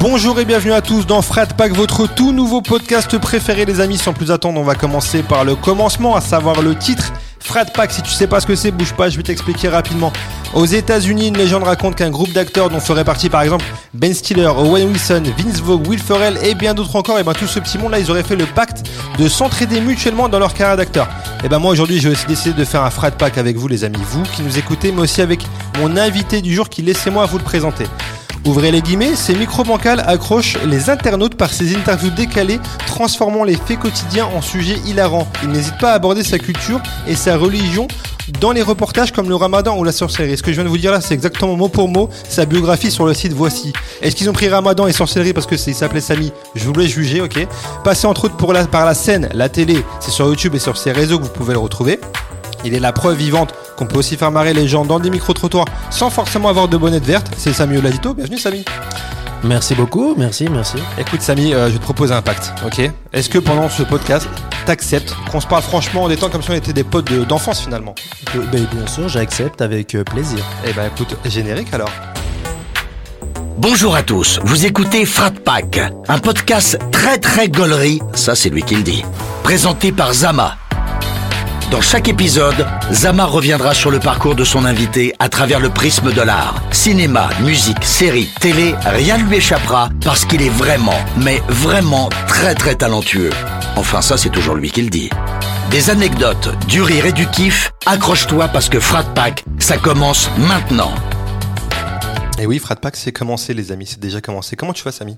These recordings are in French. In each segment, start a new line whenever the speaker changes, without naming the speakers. Bonjour et bienvenue à tous dans Frat Pack, votre tout nouveau podcast préféré les amis. Sans plus attendre, on va commencer par le commencement, à savoir le titre. Frat Pack, si tu sais pas ce que c'est, bouge pas, je vais t'expliquer rapidement. Aux États-Unis, une légende raconte qu'un groupe d'acteurs dont ferait partie par exemple Ben Stiller, Owen Wilson, Vince Vogue, Will Ferrell et bien d'autres encore, et ben tout ce petit monde là, ils auraient fait le pacte de s'entraider mutuellement dans leur carrière d'acteur. Et ben moi aujourd'hui, j'ai aussi décidé de faire un Frat Pack avec vous les amis, vous qui nous écoutez, mais aussi avec mon invité du jour qui laissez-moi vous le présenter. Ouvrez les guillemets, ces micro-bancales accrochent les internautes par ses interviews décalées, transformant les faits quotidiens en sujets hilarants. Il n'hésite pas à aborder sa culture et sa religion dans les reportages comme le ramadan ou la sorcellerie. Ce que je viens de vous dire là, c'est exactement mot pour mot sa biographie sur le site Voici. Est-ce qu'ils ont pris ramadan et sorcellerie parce que c'est- il s'appelait Samy Je voulais juger, ok. Passé entre autres pour la- par la scène, la télé, c'est sur YouTube et sur ses réseaux que vous pouvez le retrouver. Il est la preuve vivante qu'on peut aussi faire marrer les gens dans des micro-trottoirs sans forcément avoir de bonnette verte. C'est Samy Oladito. Bienvenue, Samy.
Merci beaucoup, merci, merci.
Écoute, Samy, euh, je vais te propose un pacte, ok Est-ce que pendant ce podcast, t'acceptes qu'on se parle franchement en étant comme si on était des potes de- d'enfance finalement
Euh, ben, bien sûr, j'accepte avec euh, plaisir.
Eh ben, écoute, générique alors.
Bonjour à tous, vous écoutez Frat Pack, un podcast très très gaulerie, ça c'est lui qui le dit, présenté par Zama. Dans chaque épisode, Zama reviendra sur le parcours de son invité à travers le prisme de l'art. Cinéma, musique, série, télé, rien ne lui échappera parce qu'il est vraiment, mais vraiment très très talentueux. Enfin ça c'est toujours lui qui le dit. Des anecdotes, du rire et du kiff, accroche-toi parce que Frat Pack, ça commence maintenant.
Et Eh oui, Frat Pack, c'est commencé, les amis, c'est déjà commencé. Comment tu vas, Samy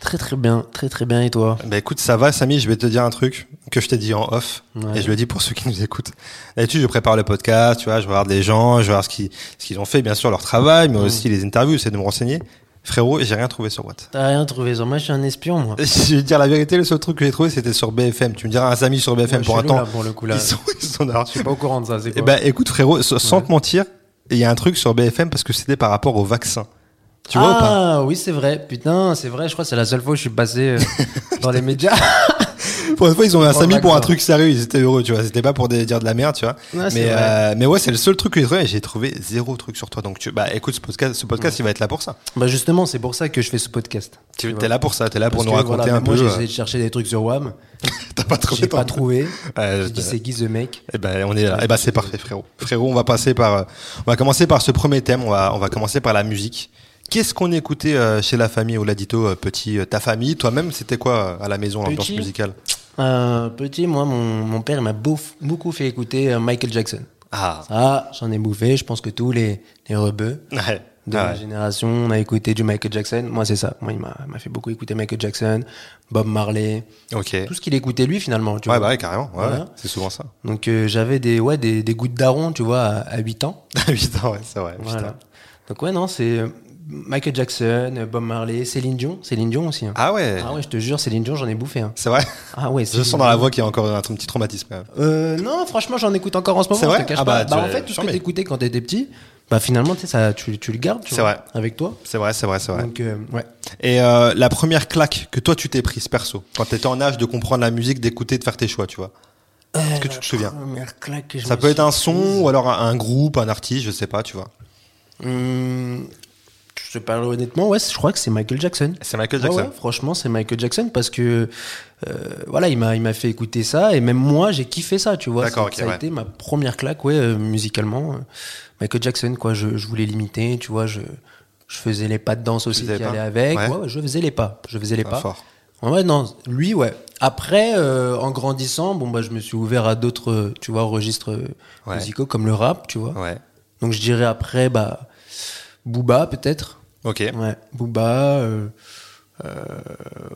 Très très bien, très très bien, et toi
Bah écoute, ça va, Samy, je vais te dire un truc que je t'ai dit en off,
Ouais.
et je le dis pour ceux qui nous écoutent. D'habitude, je prépare le podcast, tu vois, je regarde les gens, je regarde ce qu'ils, ce qu'ils ont fait, bien sûr, leur travail, mais aussi les interviews, c'est de me renseigner. Frérot, j'ai rien trouvé sur Watt.
T'as rien trouvé sur moi, je suis un espion, moi.
Je vais te dire la vérité, le seul truc que j'ai trouvé, c'était sur BFM. Tu me diras, un Samy sur BFM
Ouais,
pour un
chelou,
temps.
là, pour le coup, là.
Ils sont, ils sont dans leur-
Je suis pas au courant de ça, c'est
Eh
quoi
ben, écoute, frérot, s- sans te mentir, il y a un truc sur BFM parce que c'était par rapport au vaccin. Tu vois ou pas?
Ah oui, c'est vrai, putain, c'est vrai, je crois que c'est la seule fois où je suis passé euh, dans les médias.
Pour une fois, ils ont un
Pour le
Samy pour un
vaccin.
truc sérieux. Ils étaient heureux, tu vois. C'était pas pour des- dire de la merde, tu vois.
Ouais, c'est
mais,
vrai.
euh, mais ouais, c'est le seul truc que j'ai trouvé. et J'ai trouvé zéro truc sur toi. Donc, tu, bah, écoute, ce podcast, ce podcast, il va être là pour ça.
bah justement, c'est pour ça que je fais ce podcast.
Tu,
vois.
t'es là pour ça. T'es là pour
Parce
nous
que,
raconter
voilà,
un
moi,
peu.
j'ai
euh,
essayé de chercher des trucs sur WAM,
T'as pas trouvé.
j'ai pas
ton-
trouvé.
Ouais,
j'ai dit
c'est-
c'est qui the mec
Eh ben, on est là. Eh ben, c'est parfait, frérot. Frérot, on va passer par, euh, on va commencer par ce premier thème. On va, on va commencer par la musique. Qu'est-ce qu'on écoutait euh, chez la famille Oladito, euh, petit, euh, ta famille, toi-même, c'était quoi euh, à la maison l'ambiance
Petit.
musicale
Euh, Petit, moi, mon, mon père il m'a beau- beaucoup fait écouter euh, Michael Jackson.
Ah,
Ah, j'en ai bouffé, je pense que tous les, les rebeux
ouais.
de
Ah
ma
ouais.
génération, on a écouté du Michael Jackson. Moi, c'est ça. Moi, il m'a il m'a fait beaucoup écouter Michael Jackson, Bob Marley,
Ok.
tout ce qu'il écoutait lui finalement. Tu
Ouais,
vois.
bah ouais, carrément. Ouais,
Voilà.
ouais, C'est souvent ça.
Donc euh, j'avais des, ouais, des, des goûts de daron, tu vois, à, à 8 ans.
putain, ouais, c'est vrai. putain.
Voilà. Donc ouais, non, c'est euh, Michael Jackson, euh, Bob Marley, Céline Dion, Céline Dion aussi. hein.
Ah ouais.
Ah ouais, je te jure, Céline Dion, j'en ai bouffé. hein.
C'est vrai.
Ah ouais,
Je
Céline
sens dans la
Dion.
voix qu'il y a encore un petit traumatisme. quand même.
Euh, non, franchement, j'en écoute encore en ce moment.
C'est
je te
vrai
cache
Ah bah,
pas. bah,
tu-
en fait, tout ce que
jamais.
t'écoutais quand t'étais petit, bah finalement, tu sais, ça, tu, tu le gardes. tu
C'est
vois,
vrai.
Avec toi.
C'est vrai, c'est vrai, c'est vrai.
Donc euh, ouais.
Et euh, la première claque que toi tu t'es prise perso, quand t'étais en âge de comprendre la musique, d'écouter, de faire tes choix, tu vois. Est-ce que tu te souviens
Première claque que je
Ça
me
peut
suis
être un son
prise.
ou alors un un groupe, un artiste, je sais pas, tu vois.
Hum, je te parle honnêtement, ouais, je crois que c'est Michael Jackson.
C'est Michael
Ah
Jackson.
ouais, franchement, c'est Michael Jackson parce que euh, voilà, il m'a il m'a fait écouter ça et même moi j'ai kiffé ça, tu vois.
D'accord, ok,
C'est- ça a
ouais.
été ma première claque, ouais, euh, musicalement. euh, Michael Jackson, quoi. Je, je voulais l'imiter, tu vois. Je je faisais les pas de danse aussi
faisais les
qui
pas
allaient avec.
Ouais.
Ouais. ouais, je faisais les pas. Je faisais les
Ah,
pas.
fort.
Ouais, non, lui, ouais. Après, euh, en grandissant, bon bah, je me suis ouvert à d'autres, euh, tu vois, registres euh,
Ouais.
musicaux comme le rap, tu vois.
Ouais.
Donc je dirais après, bah, Booba peut-être.
Ok.
Ouais, Booba, euh, euh,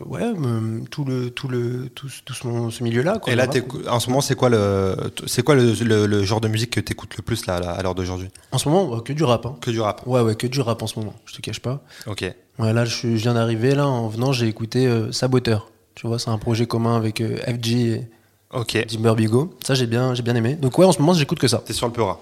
ouais, euh, tout le, tout le, tout, ce- tout ce, mon- ce milieu-là. quoi,
Et
le
là,
rap.
t'écou- en ce moment, c'est quoi le, c'est quoi le, le- le genre de musique que t'écoutes le plus là, là, à l'heure d'aujourd'hui
en ce moment, ouais, que du rap. hein.
Que du rap.
Ouais, ouais, que du rap en ce moment. Je te cache pas.
Ok.
Ouais, là, je, suis- je viens d'arriver. Là, en venant, j'ai écouté euh, Saboteur. Tu vois, c'est un projet commun avec euh, FG
Ok.
et Jimber Bigo. Ça, j'ai bien, j'ai bien aimé. Donc ouais, en ce moment, j'écoute que ça.
T'es sur le Peura.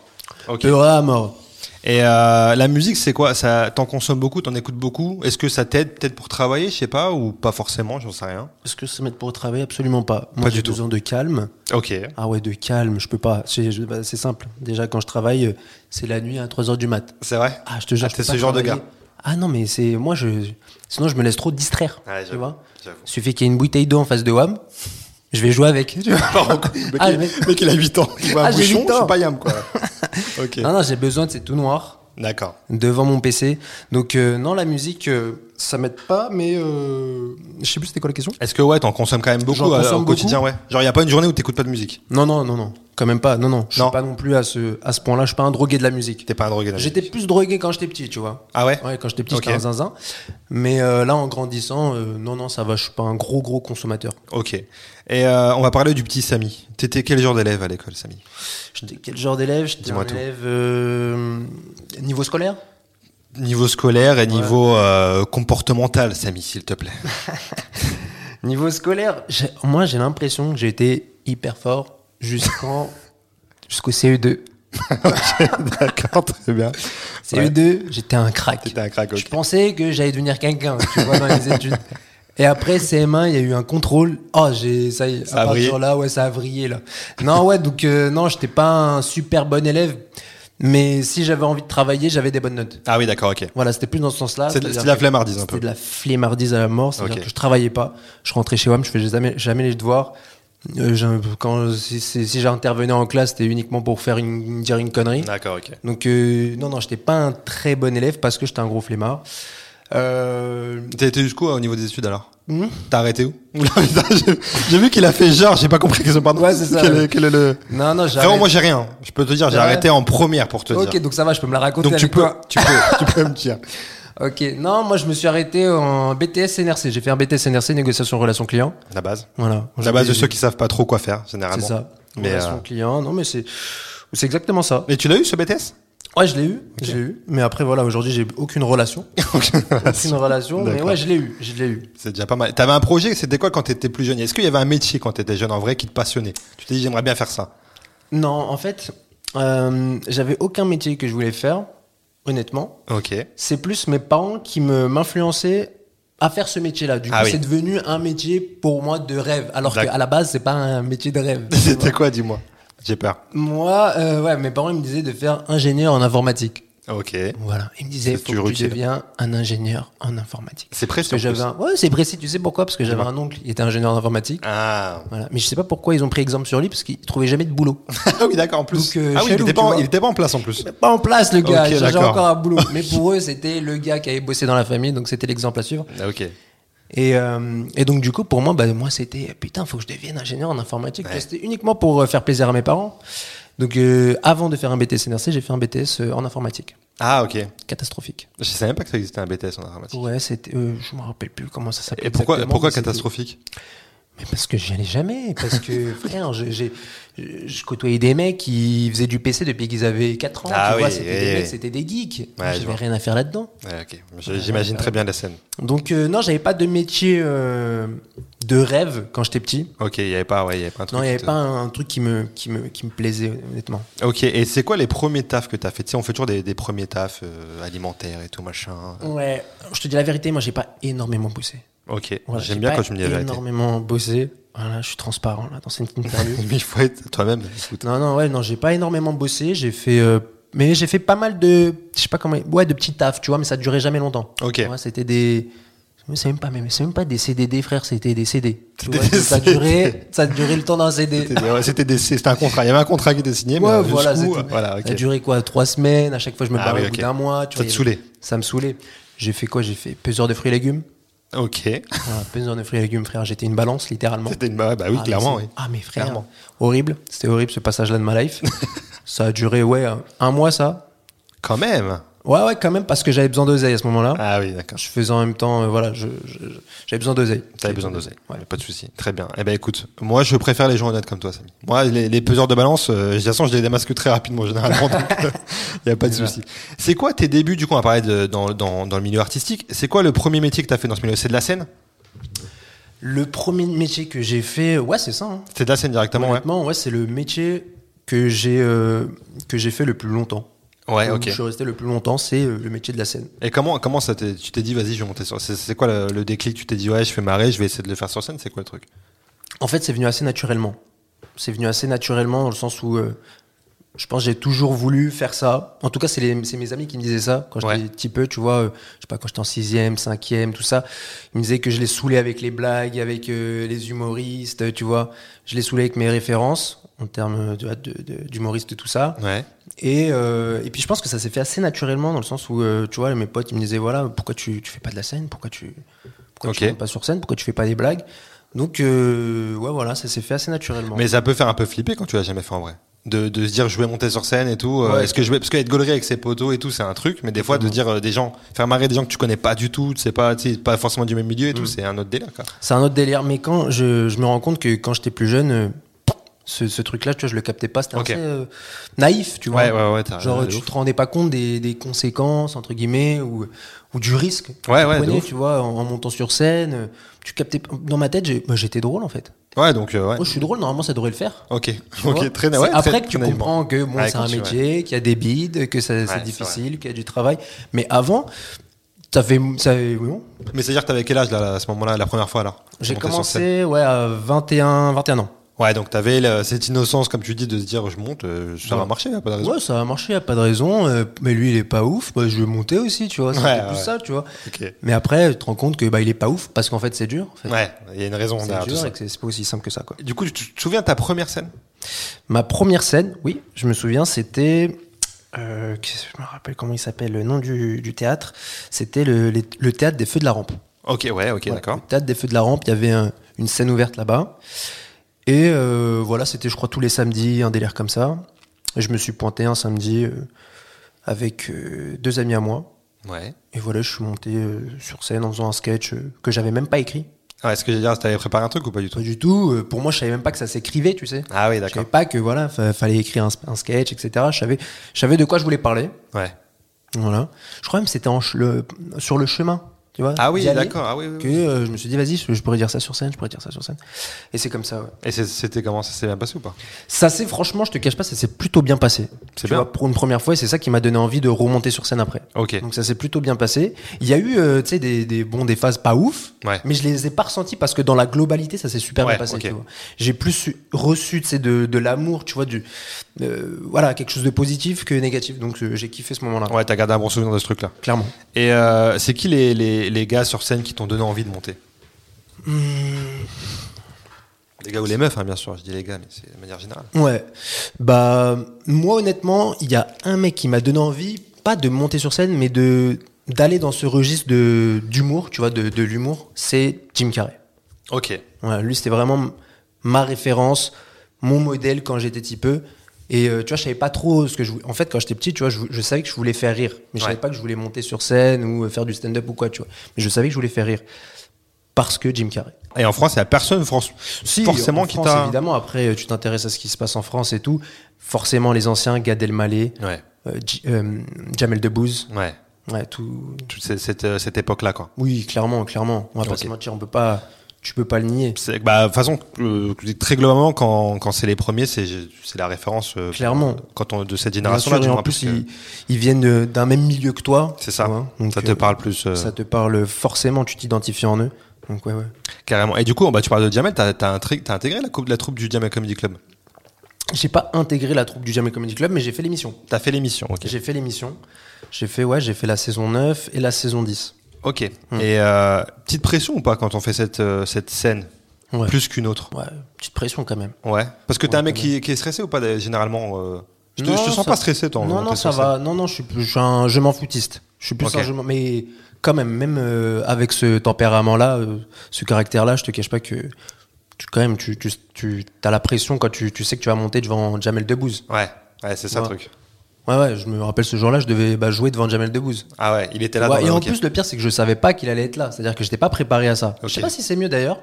Ok.
Peura à mort.
Et euh, la musique, c'est quoi Ça, t'en consommes beaucoup, t'en écoutes beaucoup. Est-ce que ça t'aide peut-être pour travailler, je sais pas, ou pas forcément, j'en sais rien.
Est-ce que ça m'aide pour travailler Absolument pas. Moi,
Pas
j'ai
du tout.
besoin de calme.
Ok.
Ah ouais, de calme, je peux pas. C'est je- bah, c'est simple. Déjà, quand je travaille, euh, c'est la nuit à 3h du mat.
C'est vrai.
Ah, je te jure.
Ah,
je
t'es
peux pas
ce genre de
travailler.
gars.
Ah non, mais c'est moi, je, sinon je me laisse trop distraire.
Ouais,
tu
Ah, j'avoue,
vois
j'avoue.
Suffit qu'il y ait une bouteille d'eau en face de WAM, je vais jouer avec. tu vois.
mec,
Ah,
il,
mais-
mec, il a 8 ans. Il voit un
Ah, j'ai
bouchon,
8 ans.
je suis pas yam, quoi. ok.
Non, non, j'ai besoin de c'est tout noir
D'accord.
devant mon PC. Donc euh, non, la musique, euh, ça m'aide pas, mais euh, je sais plus c'était quoi la question.
Est-ce que ouais, t'en consommes quand même beaucoup
J'en
euh,
consomme
au quotidien, ouais. Genre, y a pas une journée où t'écoutes pas de musique.
Non, non, non, non, quand même pas. Non, non, je
Non.
suis pas non plus à ce à ce point-là. Je suis pas un drogué de la musique.
T'es pas un drogué. là.
J'étais plus drogué quand j'étais petit, tu vois.
Ah ouais
Ouais, quand j'étais petit,
Ok.
j'étais un zinzin. Mais euh, là, en grandissant, euh, non, non, ça va, je suis pas un gros, gros consommateur.
Ok. Et euh, on va parler du petit Samy. T'étais quel genre d'élève à l'école, Samy
J'étais quel genre d'élève J'étais
Dis-moi
un
tout.
élève euh, niveau scolaire
Niveau scolaire et niveau euh, comportemental, Samy, s'il te plaît.
Niveau scolaire, j'ai- moi j'ai l'impression que j'ai été hyper fort jusqu'en jusqu'au E CE2.
D'accord, très bien. Ouais.
CE2, j'étais E un crack.
T'étais un crack,
Je
ok.
pensais que j'allais devenir quelqu'un, tu vois, dans les études. Et après CM1, il y a eu un contrôle. Oh, j'ai ça y est,
Ça
à
a brillé.
partir là, ouais, ça a vrillé là. Non, ouais, donc euh, non, j'étais pas un super bon élève, mais si j'avais envie de travailler, j'avais des bonnes notes.
Ah oui, d'accord, ok.
Voilà, c'était plus dans ce sens-là.
C'est de-
c'est-à-dire
c'est de la
que
flemmardise, un peu.
C'était de la flemmardise à la mort, c'est-à-dire
Ok.
que je travaillais pas. Je rentrais chez moi, je faisais jamais, jamais les devoirs. Euh, je- quand, si si- si j'intervenais en classe, c'était uniquement pour faire une, dire une connerie.
D'accord, ok.
Donc euh, non, non, j'étais pas un très bon élève parce que j'étais un gros flemmard. Euh,
T'as été jusqu'où euh, au niveau des études alors T'as arrêté où Oula, putain, j'ai- J'ai vu qu'il a fait genre, j'ai pas compris que pardon.
Ouais, c'est ça,
Quel,
ouais.
est- quel est le.
non, non, j'arrête.
Vraiment, moi j'ai rien. Je peux te dire, j'ai
Ouais.
arrêté en première pour te
Ok,
dire.
donc ça va, je peux me la raconter
Donc tu
avec
peux,
toi.
tu peux, tu peux me dire.
Ok, non, moi je me suis arrêté en BTS NRC. J'ai fait un BTS NRC, négociation relation client.
La base.
Voilà.
La base de
J'étais-
ceux qui savent pas trop quoi faire, généralement.
C'est ça.
Mais,
relation
euh,
client. Non, mais c'est c'est exactement ça.
Mais tu l'as eu ce BTS
Ouais, je l'ai eu, je l'ai eu. Mais après, voilà, aujourd'hui, j'ai aucune relation. aucune relation, mais
D'accord.
ouais, je l'ai eu, je l'ai eu.
C'est déjà pas mal. T'avais un projet, c'était quoi quand t'étais plus jeune Est-ce qu'il y avait un métier quand t'étais jeune en vrai qui te passionnait Tu t'es dit j'aimerais bien faire ça.
Non, en fait, euh, j'avais aucun métier que je voulais faire, honnêtement.
Ok.
C'est plus mes parents qui me m'influençaient à faire ce métier-là. Du coup,
Ah oui.
c'est devenu un métier pour moi de rêve, alors
D'accord.
qu'à la base, c'est pas un métier de rêve.
C'était quoi, dis-moi J'ai peur.
moi, euh, ouais, mes parents ils me disaient de faire ingénieur en informatique.
Ok.
Voilà, ils me disaient
C'est
faut
toujours
que tu
utile.
deviens un ingénieur en informatique.
C'est
Parce
précieux.
que
en
j'avais
plus.
un... Ouais, c'est précis, tu sais pourquoi Parce que j'avais un oncle, il était ingénieur d'informatique.
Ah.
Voilà. Mais je sais pas pourquoi ils ont pris exemple sur lui, parce qu'il trouvait jamais de boulot.
ah oui, d'accord, en plus.
Donc, euh,
ah oui, il
chelou,
était,
tu
pas en,
vois.
il était pas en place en plus.
Pas en place, le gars,
Ok,
il cherchait
d'accord.
encore un boulot. Mais pour eux, c'était le gars qui avait bossé dans la famille, donc c'était l'exemple à suivre.
Ah, ok.
Et, euh, et donc, du coup, pour moi, bah, moi c'était putain, faut que je devienne ingénieur en informatique.
Ouais.
C'était uniquement pour euh, faire plaisir à mes parents. Donc, euh, avant de faire un BTS NRC, j'ai fait un BTS euh, en informatique.
Ah, ok.
Catastrophique.
Je savais même pas que ça existait un BTS en informatique.
Ouais, c'était. euh, je me rappelle plus comment ça s'appelait.
Et pourquoi,
exactement,
pourquoi
mais c'était-
catastrophique
Mais parce que j'y allais jamais, parce que frère, je, j'ai- je- je côtoyais des mecs qui faisaient du PC depuis qu'ils avaient 4 ans,
Ah
tu vois,
oui,
c'était
oui,
des mecs,
oui.
c'était des geeks.
Ouais, je vois.
J'avais rien à faire là-dedans.
Ouais, ok. Je- J'imagine très bien la scène.
Donc euh, non, j'avais pas de métier euh, de rêve quand j'étais petit.
Ok, il y avait pas, ouais, il y avait pas un truc.
Non, il y
qui
avait
te-
pas un, un truc qui me, qui me, qui me plaisait honnêtement.
Ok, et c'est quoi les premiers tafs que t'as fait Tu sais, on fait toujours des, des premiers tafs euh, alimentaires et tout machin.
Ouais, je te dis la vérité, moi j'ai pas énormément bossé.
Ok,
Voilà,
j'aime
j'ai
bien
pas
quand tu me dis la vérité.
Énormément bossé. Voilà, je suis transparent là dans cette interview.
Mais il faut être toi-même. écoute.
Non, non, ouais, non, j'ai pas énormément bossé. J'ai fait, euh, mais j'ai fait pas mal de, je sais pas comment, ouais, de petits tafs, tu vois, mais ça durait jamais longtemps.
Ok.
Tu vois, c'était des, mais c'est même pas, même, c'est même pas des CDD, frère, c'était des CD. Tu
C'était
vois,
des
ça
CD.
durait, ça durait le temps d'un CD.
C'était des- ouais, C'était des- c'était un contrat. Il y avait un contrat qui était signé. mais
Ouais,
euh,
voilà,
jusqu'où,
c'était-
euh, voilà, ok.
Ça a duré quoi, trois semaines. À chaque fois, je me
Ah
barrais
oui,
au
ok.
bout d'un mois. Tu
Ça
vois,
te
il-
saoulait.
Ça me saoulait. J'ai fait quoi J'ai fait peseur de fruits et légumes.
Ok.
Voilà, peseur de fruits et légumes, frère. J'étais une balance, littéralement.
C'était une bah, bah oui,
Ah, mais
clairement.
c'est-
Oui.
Ah, mais frère,
Clairement.
horrible. C'était horrible ce passage-là de ma life. ça a duré, ouais, un- un mois, ça.
Quand même.
Ouais, ouais, quand même, parce que j'avais besoin d'oseille à ce moment-là.
Ah oui, d'accord.
Je faisais en même temps, euh, voilà, je- je- je- j'avais besoin d'oseille.
T'avais besoin d'oseille.
Ouais.
Pas de souci. Très bien. Eh ben écoute, moi je préfère les gens honnêtes comme toi, Samy. Moi, les, les peseurs de balance, euh, de toute façon, je les démasque très rapidement généralement. Donc, il y a pas de souci. C'est quoi tes débuts du coup On va parler de- dans, dans, dans le milieu artistique. C'est quoi le premier métier que t'as fait dans ce milieu C'est de la scène
Le premier métier que j'ai fait, ouais, c'est ça. hein.
C'est de la scène directement, ouais.
Honnêtement, ouais, c'est le métier que j'ai euh, que j'ai fait le plus longtemps.
Ouais,
Où
ok.
Je suis resté le plus longtemps, c'est euh, le métier de la scène.
Et comment comment ça t'est- tu t'es dit vas-y je vais monter sur c'est, c'est quoi le, le déclic tu t'es dit ouais je fais marrer je vais essayer de le faire sur scène c'est quoi le truc
En fait, c'est venu assez naturellement. C'est venu assez naturellement dans le sens où euh, je pense que j'ai toujours voulu faire ça. En tout cas, c'est les- c'est mes amis qui me disaient ça quand
Ouais.
j'étais petit peu, tu vois. euh, je sais pas, quand j'étais en sixième, cinquième, tout ça. Ils me disaient que je les saoulais avec les blagues, avec euh, les humoristes, euh, tu vois. Je les saoulais avec mes références en termes de- de- de- d'humoristes, tout ça.
Ouais.
Et, euh, et puis je pense que ça s'est fait assez naturellement dans le sens où, euh, tu vois, mes potes, ils me disaient, voilà, pourquoi tu, tu fais pas de la scène Pourquoi tu pourquoi tu
Ok.
montes pas sur scène Pourquoi tu fais pas des blagues Donc, euh, ouais, voilà, ça s'est fait assez naturellement.
Mais ça peut faire un peu flipper quand tu l'as jamais fait en vrai. De, de se dire je vais monter sur scène et tout. euh,
Ouais.
Est-ce que je vais parce qu'être gaulerie avec ses poteaux et tout c'est un truc, mais des fois de dire euh, des gens faire marrer des gens que tu connais pas du tout, tu sais pas, tu sais, pas forcément du même milieu
Mm.
et tout, c'est un autre délire quoi.
C'est un autre délire. Mais quand je, je me rends compte que quand j'étais plus jeune, euh, ce, ce truc-là, tu vois, je le captais pas. C'était
Ok.
assez euh, naïf, tu vois.
Ouais, ouais, ouais, t'as raison,
Genre,
de
tu
ouf.
te rendais pas compte des, des conséquences, entre guillemets, ou, ou du risque. que
Ouais,
tu
ouais, de
prenais,
ouf.
tu vois, en, en montant sur scène. euh, Tu captais. Dans ma tête, j'ai- bah, j'étais drôle, en fait.
Ouais donc euh, ouais.
Moi, je suis drôle, normalement, ça devrait le faire.
Ok,
Tu vois
ok, très
C'est
ouais, très-
Après que tu
très naïvement.
comprends que bon,
Ouais,
c'est
quand
un
tu- ouais.
métier, qu'il y a des bides, que ça-
c'est
c'est difficile, qu'il y a du travail. Mais avant, ça fait. Ça fait- oui, bon.
Mais c'est à dire que t'avais quel âge là, là, à ce moment-là, la première fois là
J'ai
Monter sur scène.
commencé ouais, à 21, 21 ans.
Ouais donc t'avais le- cette innocence comme tu dis de se dire je monte, euh, ça va
Ouais.
marcher, y a pas de raison.
Ouais, ça a marché, y a pas de raison. euh, mais lui, il est pas ouf. Bah, je vais monter aussi, tu vois. C'est
Ouais,
plus
ouais.
ça, tu vois.
Ok.
Mais après, tu te rends compte que bah, il est pas ouf parce qu'en fait, c'est dur. en fait.
Ouais, il y a une raison derrière
C'est
tout
dur
ça.
et que c'est c'est pas aussi simple que ça, quoi.
Du coup, tu te souviens de ta première scène
Ma première scène, oui, je me souviens, c'était. euh, qu'est-ce que je me rappelle comment il s'appelle, le nom du, du théâtre. C'était le, les- le théâtre des Feux de la Rampe.
Ok, ouais, ok,
Voilà,
d'accord.
Le théâtre des Feux de la Rampe, il y avait un- une scène ouverte là-bas. Et euh, voilà, c'était, je crois, tous les samedis, un délire comme ça. Et je me suis pointé un samedi euh, avec euh, deux amis à moi.
Ouais.
Et voilà, je suis monté euh, sur scène en faisant un sketch euh, que j'avais même pas écrit.
Ouais, Ah, est-ce que j'ai dit, t'avais préparé un truc ou pas du
Pas
tout
du tout. euh, pour moi, je savais même pas que ça s'écrivait, tu sais.
Ah oui,
Je savais
d'accord.
pas que voilà, fa- fallait écrire un, un sketch, etc. Je savais, je savais de quoi je voulais parler.
Ouais.
Voilà. Je crois même que c'était en ch- le- sur le chemin, tu vois.
Ah oui,
d'y aller,
d'accord, ah oui, oui, oui.
Que euh, je me suis dit, vas-y, je, je pourrais dire ça sur scène, je pourrais dire ça sur scène. Et c'est comme ça. ouais.
Et c'est- c'était comment Ça s'est bien passé ou pas
Ça s'est franchement, je te cache pas, ça s'est plutôt bien passé.
C'est
Tu
bien.
vois, pour une première fois, et c'est ça qui m'a donné envie de remonter sur scène après.
Ok.
Donc ça s'est plutôt bien passé. Il y a eu, euh, tu sais, des, des, bon, des phases pas ouf,
Ouais.
mais je les ai pas ressenties parce que dans la globalité, ça s'est super
Ouais,
bien passé.
ok.
tu vois. J'ai plus eu- reçu, tu sais, de, de l'amour, tu vois, du, euh, voilà, quelque chose de positif que négatif. Donc euh, j'ai kiffé ce moment-là,
Ouais, t'as gardé un bon souvenir de ce truc-là.
clairement.
Et euh, c'est qui les, les, les gars sur scène qui t'ont donné envie de monter Hmm. Les gars ou les meufs, hein, bien sûr. Je dis les gars, mais c'est de manière générale.
Ouais. Bah, moi, honnêtement, il y a un mec qui m'a donné envie, pas de monter sur scène, mais de d'aller dans ce registre de d'humour, tu vois, de, de l'humour, c'est Jim Carrey.
Ok.
Voilà, lui, c'était vraiment m- ma référence, mon modèle quand j'étais petit peu. Et euh, tu vois, je savais pas trop ce que je voulais. En fait, quand j'étais petit, tu vois, je, vou- je savais que je voulais faire rire. Mais je
Ouais.
savais pas que je voulais monter sur scène ou euh, faire du stand-up ou quoi, tu vois. Mais je savais que je voulais faire rire. Parce que Jim Carrey.
Et en France, il n'y a personne France,
Si,
forcément
en
qui
France,
t'a.
évidemment. Après, euh, tu t'intéresses à ce qui se passe en France et tout. Forcément, les anciens, Gad Elmaleh,
Ouais,
euh, J- euh, Jamel Debbouze,
ouais.
ouais, tout.
Toute cette, cette, euh, cette époque-là, quoi.
Oui, clairement, clairement. On va pas
Ok.
se mentir, on peut pas, tu peux pas le nier.
C'est- bah, de toute façon, euh, très globalement, quand, quand c'est les premiers, c'est c'est la référence. euh,
Clairement.
Quand on, de cette
Bien
génération-là,
sûr, et
du
en
moins,
plus,
hein, parce que
ils, ils viennent de- d'un même milieu que toi.
C'est
tu
ça.
vois. Donc,
ça te
euh,
parle plus. euh,
Ça te parle forcément, tu t'identifies en eux. Donc, ouais, ouais.
Carrément. Et du coup, bah, tu parles de Jamel, t'as as intégré la, coupe, la troupe du Jamel Comedy Club.
J'ai pas intégré la troupe du Jamais Comedy Club, mais j'ai fait l'émission.
T'as fait l'émission, ok.
J'ai fait l'émission. J'ai fait, ouais, j'ai fait la saison 9 et la saison 10.
Ok.
Hmm.
Et euh, petite pression ou pas quand on fait cette, euh, cette scène
Ouais.
Plus qu'une autre
Ouais, petite pression quand même.
Ouais. Parce que t'es
Ouais,
un mec
quand
qui, qui est stressé ou pas d'ailleurs, généralement euh, je, te,
Non,
je te sens
ça-
pas stressé, toi. en
Non,
montant
non, ça
sur scène.
va. Non, non, je suis, plus- je suis un je m'en foutiste. Je suis plus
Ok.
un je m'en- Mais quand même, même euh, avec ce tempérament-là, euh, ce caractère-là, je te cache pas que tu, quand même, tu, tu, as la pression quand tu, tu sais que tu vas monter devant Jamel Debbouze.
Ouais, ouais c'est ça le
Ouais.
truc.
Ouais, ouais, je me rappelle ce jour-là, je devais bah, jouer devant Jamel Debbouze.
Ah ouais, il était là
Ouais,
dans
et
la-
en
ok.
plus, le pire, c'est que je savais pas qu'il allait être là. C'est-à-dire que j'étais pas préparé à ça. Je sais
Ok.
pas si c'est mieux d'ailleurs.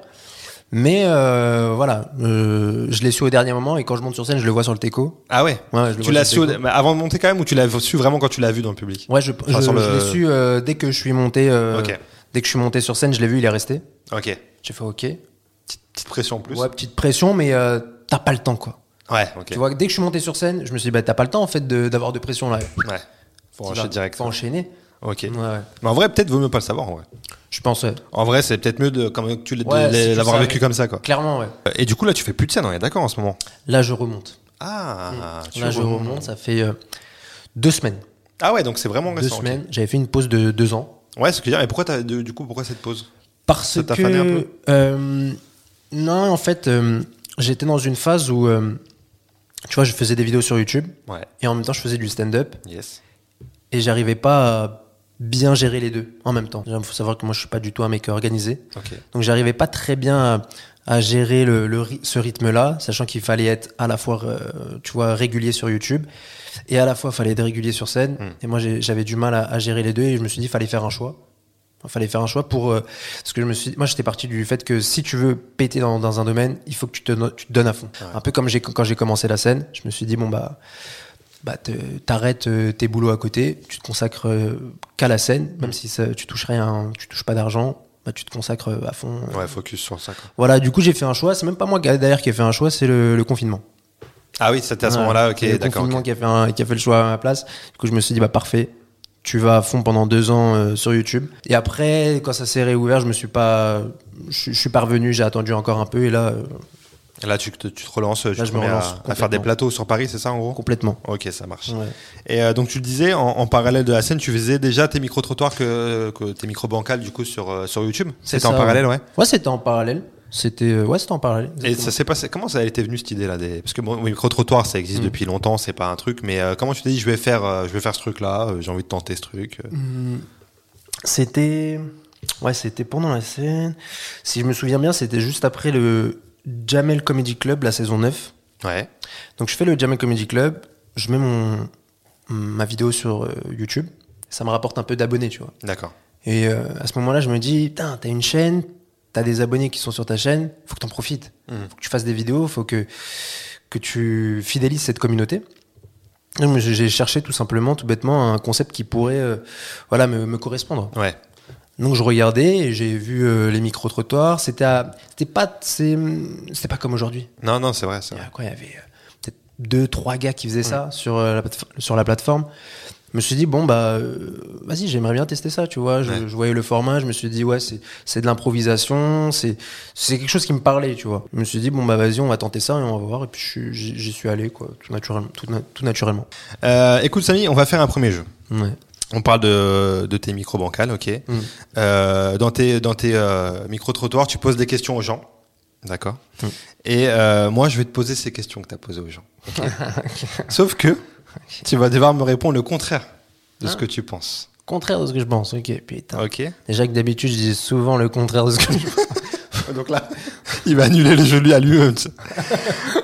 Mais euh, voilà, euh, je l'ai su au dernier moment et quand je monte sur scène, je le vois sur le E teco.
Ah ouais,
Ouais, je le
Tu
vois
l'as
sur
su
le déco.
mais avant de monter quand même ou tu l'as su vraiment quand tu l'as vu dans le public
Ouais, je, je,
sur
je
le-
l'ai su euh, dès que je suis monté. euh,
Ok.
Dès que je suis monté sur scène, je l'ai vu, il est resté.
Ok.
J'ai fait OK.
Petite, petite pression en plus.
Ouais, petite pression, mais euh, t'as pas le temps quoi.
Ouais, ok.
Tu vois, dès que je suis monté sur scène, je me suis dit bah t'as pas le temps en fait de- d'avoir de, pression là.
Ouais. Faut
Tu
enchaîner
vas-
direct.
Faut enchaîner.
Ok.
Ouais, ouais.
Mais en vrai, peut-être vaut mieux pas le savoir en vrai.
Je pense. Ouais.
En vrai, c'est peut-être mieux de, comme tu l'as- de
Ouais, si tu
l'avoir
savais.
vécu comme ça, quoi.
Clairement ouais.
hein, Et du coup, là, tu fais plus de scène, on est d'accord en ce moment.
Là je remonte.
Ah, tu
Mm. Là, je
remontes.
remonte, ça fait euh, deux semaines.
Ah ouais, donc c'est vraiment
Deux
récent. ok.
semaines. J'avais fait une pause de deux ans.
Ouais, ce que je veux dire. Et pourquoi t'as- du du coup, pourquoi cette pause
Parce
Ça t'a
que.
fané un peu
euh, non, en fait, euh, j'étais dans une phase où, euh, tu vois, je faisais des vidéos sur YouTube
Ouais.
et en même temps, je faisais du stand-up
Yes.
et j'arrivais pas à bien gérer les deux en même temps. Il faut savoir que moi, je suis pas du tout un mec organisé.
Ok.
Donc, j'arrivais pas très bien à, à gérer le, le ry- ce rythme-là, sachant qu'il fallait être à la fois, euh, tu vois, régulier sur YouTube et à la fois, fallait être régulier sur scène.
Hmm.
Et moi, j'ai- j'avais du mal à, à gérer les deux et je me suis dit, fallait faire un choix. Il fallait faire un choix pour. euh, parce que je me suis. Moi, j'étais parti du fait que si tu veux péter dans, dans un domaine, il faut que tu te, no- tu te donnes à fond. Un peu comme j'ai, quand j'ai commencé la scène, je me suis dit, bon, bah. Bah, te- t'arrêtes euh, tes boulots à côté, tu te consacres euh, qu'à la scène, même si ça- tu touches rien, tu touches pas d'argent, bah, tu te consacres euh, à fond.
Ouais, focus sur ça. quoi.
Voilà, du coup, j'ai fait un choix. C'est même pas moi d'ailleurs qui ai fait un choix, c'est le- le confinement.
Ah oui, c'était à ce moment-là, ok,
Il y a le
d'accord.
confinement
ok.
Qui, a fait un- qui a fait le choix à ma place. Du coup, je me suis dit, bah parfait, tu vas à fond pendant deux ans euh, sur YouTube. Et après, quand ça s'est réouvert, je me suis pas. Je, je suis pas revenu, j'ai attendu encore un peu et là, euh,
Là, tu, te- tu te relances, tu
Là,
te
je me
remets à- à,
relance
faire des
complètement.
plateaux sur Paris, c'est ça en gros
complètement.
Ok, ça marche.
Ouais.
Et euh, donc, tu le disais, en, en parallèle de la scène, tu faisais déjà tes micro-trottoirs, que, que tes micro-bancales, du coup, sur, euh, sur YouTube
C'est
C'était en
ça,
parallèle, ouais.
Ouais, c'était en parallèle. C'était euh, ouais, c'était en parallèle.
Et
exactement.
ça s'est passé, comment ça était venu cette idée-là des... Parce que bon, micro-trottoir, ça
Mm.
existe depuis longtemps, c'est pas un truc, mais euh, comment tu t'es dit, je vais faire, euh, je vais faire ce truc-là, euh, j'ai envie de tenter ce truc euh.
Mm. C'était. Ouais, c'était pendant la scène. Si je me souviens bien, c'était juste après le Jamel Comedy Club, la saison 9.
Ouais.
Donc je fais le Jamel Comedy Club, je mets mon, ma vidéo sur euh, YouTube, ça me rapporte un peu d'abonnés, tu vois.
D'accord.
Et euh, à ce moment-là, je me dis, putain, t'as une chaîne, t'as des abonnés qui sont sur ta chaîne, faut que t'en profites. Faut que tu fasses des vidéos, faut que, que tu fidélises cette communauté. Donc, J'ai j'ai cherché tout simplement, tout bêtement, un concept qui pourrait euh, voilà, me, me correspondre.
Ouais.
Donc je regardais et j'ai vu euh, les micro-trottoirs. C'était à- c'était pas, c'est- c'était pas comme aujourd'hui.
Non, non, c'est vrai, c'est
Il y
vrai.
a quoi, il y avait euh, peut-être deux, trois gars qui faisaient ça sur, euh, la platef- sur la plateforme. Je me suis dit, bon, bah, euh, vas-y, j'aimerais bien tester ça, tu vois. Je,
Ouais.
je voyais le format, je me suis dit, ouais, c'est, c'est de l'improvisation, c'est, c'est quelque chose qui me parlait, tu vois. Je me suis dit, bon, bah, vas-y, on va tenter ça et on va voir. Et puis, je suis- j'y, j'y suis allé, quoi, tout naturellement. Tout, na- tout naturellement.
Euh, écoute, Samy, on va faire un premier jeu.
Ouais.
On parle de, de tes micro bancales, ok. Euh, dans tes, dans tes micro trottoirs, tu poses des questions aux gens, d'accord.
Mm.
Et euh, moi, je vais te poser ces questions que tu as posées aux gens. ok Sauf que tu vas devoir me répondre le contraire de ce que tu penses,
Contraire de ce que je pense, ok, putain.
ok.
Déjà que d'habitude, je dis souvent le contraire de ce que je pense.
Donc là, il va annuler le jeu lui à lui-même. tu sais.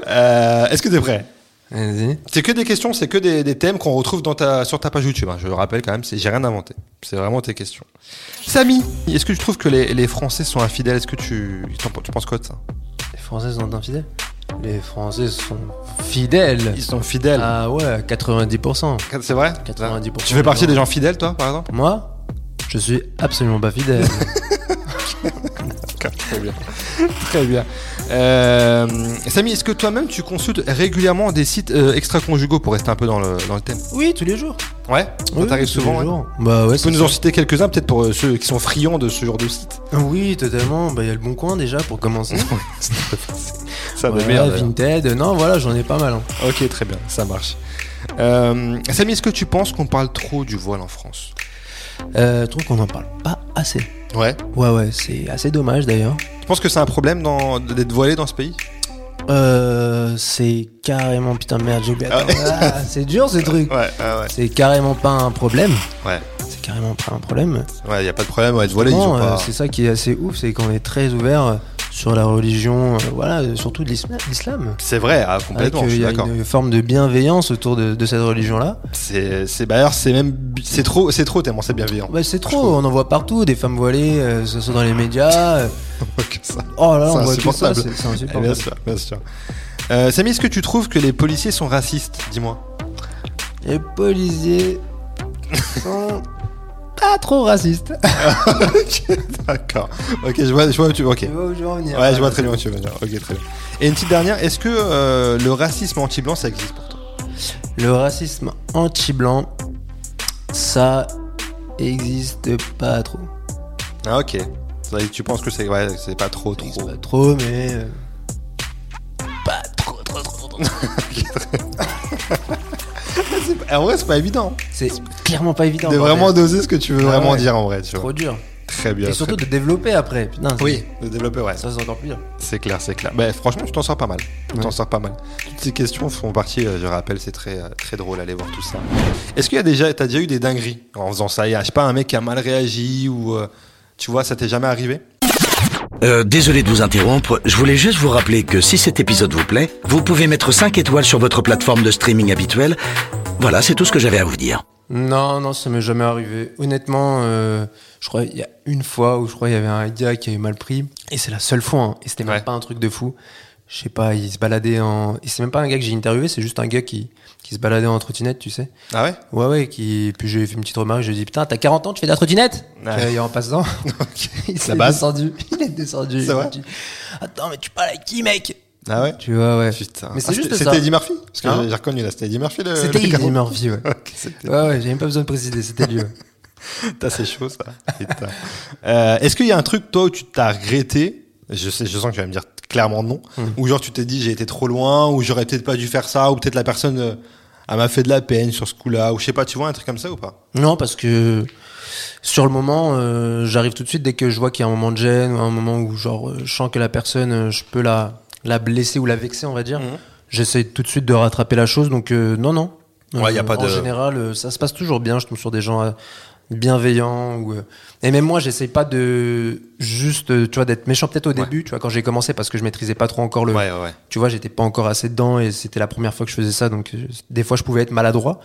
Euh, Est-ce que t'es prêt
Vas-y.
C'est que des questions, c'est que des, des thèmes qu'on retrouve dans ta, sur ta page YouTube. hein. Je le rappelle quand même, c'est- j'ai rien inventé. C'est vraiment tes questions. Samy, est-ce que tu trouves que les, les Français sont infidèles Est-ce que tu, t'en- tu penses quoi de ça
Les Français sont infidèles Les Français sont fidèles
Ils sont fidèles.
Ah ouais, 90%.
C'est vrai
90%.
Tu fais partie des gens fidèles, toi, par exemple
Moi, je suis absolument pas fidèle.
Très bien. Très bien. Euh, Samy, est-ce que toi-même, tu consultes régulièrement des sites euh, extra-conjugaux pour rester un peu dans le, dans le thème
oui, tous les jours.
Ouais Ça
Oui,
t'arrive
tous
souvent
les
ouais
jours. Bah ouais,
Tu peux
c'est
nous en citer quelques-uns, peut-être pour euh, ceux qui sont friands de ce genre de site
ça. Oui, totalement. Bah il y a le Bon Coin déjà pour commencer.
Ça
Voilà, Vinted. Non, voilà, j'en ai pas mal. hein.
Ok, très bien, ça marche. Euh, Samy, est-ce que tu penses qu'on parle trop du voile en France
Euh, je trouve qu'on en parle pas assez.
Ouais.
Ouais, ouais, c'est assez dommage d'ailleurs.
Tu penses que c'est un problème dans- d'être voilé dans ce pays
Euh, c'est carrément. Putain, merde, j'ai oublié. Attends, ah, c'est dur ce truc.
Ouais, ouais,
C'est carrément pas un problème.
ouais.
C'est carrément pas un problème.
Ouais, il a pas de problème, ouais, être voilé, ils
Non,
ont
euh,
pas...
c'est ça qui est assez ouf, c'est qu'on est très ouvert euh, sur la religion, euh, voilà, euh, surtout de l'isla- l'islam.
C'est vrai, ah,
Avec,
complètement,
euh,
je
Il
suis
y a
d'accord.
une euh, forme de bienveillance autour de, de cette religion-là.
C'est, c'est, bah, d'ailleurs, c'est même, bi- c'est trop, c'est trop tellement c'est bienveillant.
Ouais, Bah, c'est trop, on en voit partout, des femmes voilées, euh, ce sont dans les médias. euh,
Que ça.
oh là là,
C'est
on voit que ça,
insupportable.
c'est c'est
Eh, Bien
insupportable.
sûr, bien sûr. Euh, Samy, est-ce que tu trouves que les policiers sont racistes Dis-moi.
Les policiers sont pas trop racistes.
D'accord. Ok, je vois, je vois où tu veux. Ok.
Tu vois où je veux en venir
Ouais, je vois très bien où tu veux venir. Ok, très bien. Et une petite dernière, est-ce que euh, le racisme anti-blanc, ça existe pour toi
Le racisme anti-blanc, ça existe pas trop.
Ah, ok. Ça, tu penses que c'est, ouais, c'est pas trop, trop.
Pas trop, mais... euh, Pas trop, trop, trop, trop.
pardon. C'est pas- en vrai, c'est pas évident.
C'est clairement pas évident.
de
bordel.
vraiment doser ce que tu veux
Ah
vraiment
ouais.
dire en vrai. Tu vois.
Trop dur.
Très bien.
Et
très
surtout de
bien.
développer après. Putain, c'est-
Oui, de développer, ouais.
Ça, c'est encore plus dur.
C'est clair, c'est clair. Bah, franchement, je t'en sors pas mal. Je t'en
Ouais.
sors pas mal. Toutes ces questions font partie, euh, je rappelle, c'est très, euh, très drôle aller voir tout ça. Est-ce qu'il y a déjà, t'as déjà eu des dingueries en faisant ça Il y a, je sais pas, un mec qui a mal réagi ou, euh, tu vois, ça t'est jamais arrivé
Euh, désolé de vous interrompre, je voulais juste vous rappeler que si cet épisode vous plaît, vous pouvez mettre 5 étoiles sur votre plateforme de streaming habituelle. Voilà, c'est tout ce que j'avais à vous dire.
Non, non, ça m'est jamais arrivé. Honnêtement, euh, je crois il y a une fois où je crois il y avait un gars qui avait mal pris, et c'est la seule fois. hein, et c'était même
Ouais.
pas un truc de fou. Je sais pas, il se baladait en. Et c'est même pas un gars que j'ai interviewé, c'est juste un gars qui, qui se baladait en trottinette, tu sais.
Ah ouais
Ouais, ouais. Qui... Puis j'ai fait une petite remarque, j'ai dit putain, t'as 40 ans, tu fais de la trottinette.
Ouais.
Et en passant, il s'est
base.
descendu. Il est descendu.
C'est
Il m'a
vrai
dit, Attends, mais tu parles à qui, mec
Ah ouais
Tu vois, ouais.
Putain.
Mais c'est
Ah,
juste
c'était-
ça.
C'était Eddie Murphy Parce que
Hein
j'ai- j'ai reconnu là, c'était Eddie Murphy le.
C'était
le
Eddie
garçon.
Murphy, ouais.
Ok, c'était-
Ouais, ouais, j'ai même pas besoin de préciser, c'était lui. ouais.
Putain, c'est chaud ça. Putain. Euh, Est-ce qu'il y a un truc, toi, où tu t'as regretté je, sais, je sens que tu vas me dire clairement non. Ou genre, tu t'es dit, j'ai été trop loin, ou j'aurais peut-être pas dû faire ça, ou peut-être la personne, euh, elle m'a fait de la peine sur ce coup-là, ou je sais pas, tu vois, un truc comme ça ou pas
Non, parce que sur le moment, euh, j'arrive tout de suite dès que je vois qu'il y a un moment de gêne ou un moment où genre euh, je sens que la personne, euh, je peux la, la blesser ou la vexer, on va dire.
Mhm.
J'essaie tout de suite de rattraper la chose, donc euh, non, non.
Ouais, y a
Euh,
pas
en
de-
général, euh, ça se passe toujours bien. Je tombe sur des gens euh, bienveillants ou euh, et même moi, j'essaie pas de juste, euh, tu vois, d'être méchant peut-être au début, tu vois, quand j'ai commencé parce que je maîtrisais pas trop encore le,
ouais.
tu vois, j'étais pas encore assez dedans et c'était la première fois que je faisais ça, donc euh, des fois je pouvais être maladroit.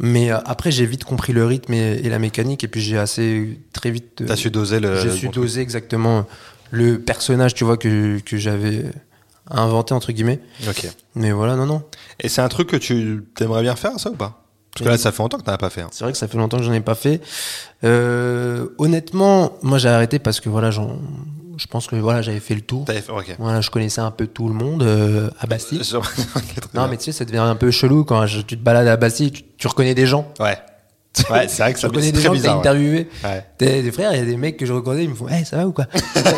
Mais euh, après, j'ai vite compris le rythme et, et la mécanique, et puis j'ai assez très vite. euh,
T'as su doser le.
j'ai
le
su
bon
doser exactement le personnage, tu vois, que, que j'avais inventé, entre guillemets.
truc. Ok.
Mais voilà, non, non.
Et c'est un truc que tu t'aimerais bien faire, ça ou pas Parce que là, ça fait longtemps que t'en as pas fait. hein.
C'est vrai que ça fait longtemps que j'en ai pas fait. Euh, honnêtement, moi j'ai arrêté parce que voilà, j'en- je pense que voilà, j'avais fait le tour.
T'avais fait. Ok.
Voilà, je connaissais un peu tout le monde euh, à Bastille.
Sur- Ok, très
Non,
bien.
mais tu sais, ça devient un peu chelou quand je- tu te balades à Bastille, tu, tu reconnais des gens.
Ouais. Ouais, c'est vrai que
Tu
ça
reconnais
c'est
des
très
gens que t'as
bizarre. ouais.
interviewés.
Ouais.
T'es des frères, il y a des mecs que je reconnais, ils me font Eh, ça va ou quoi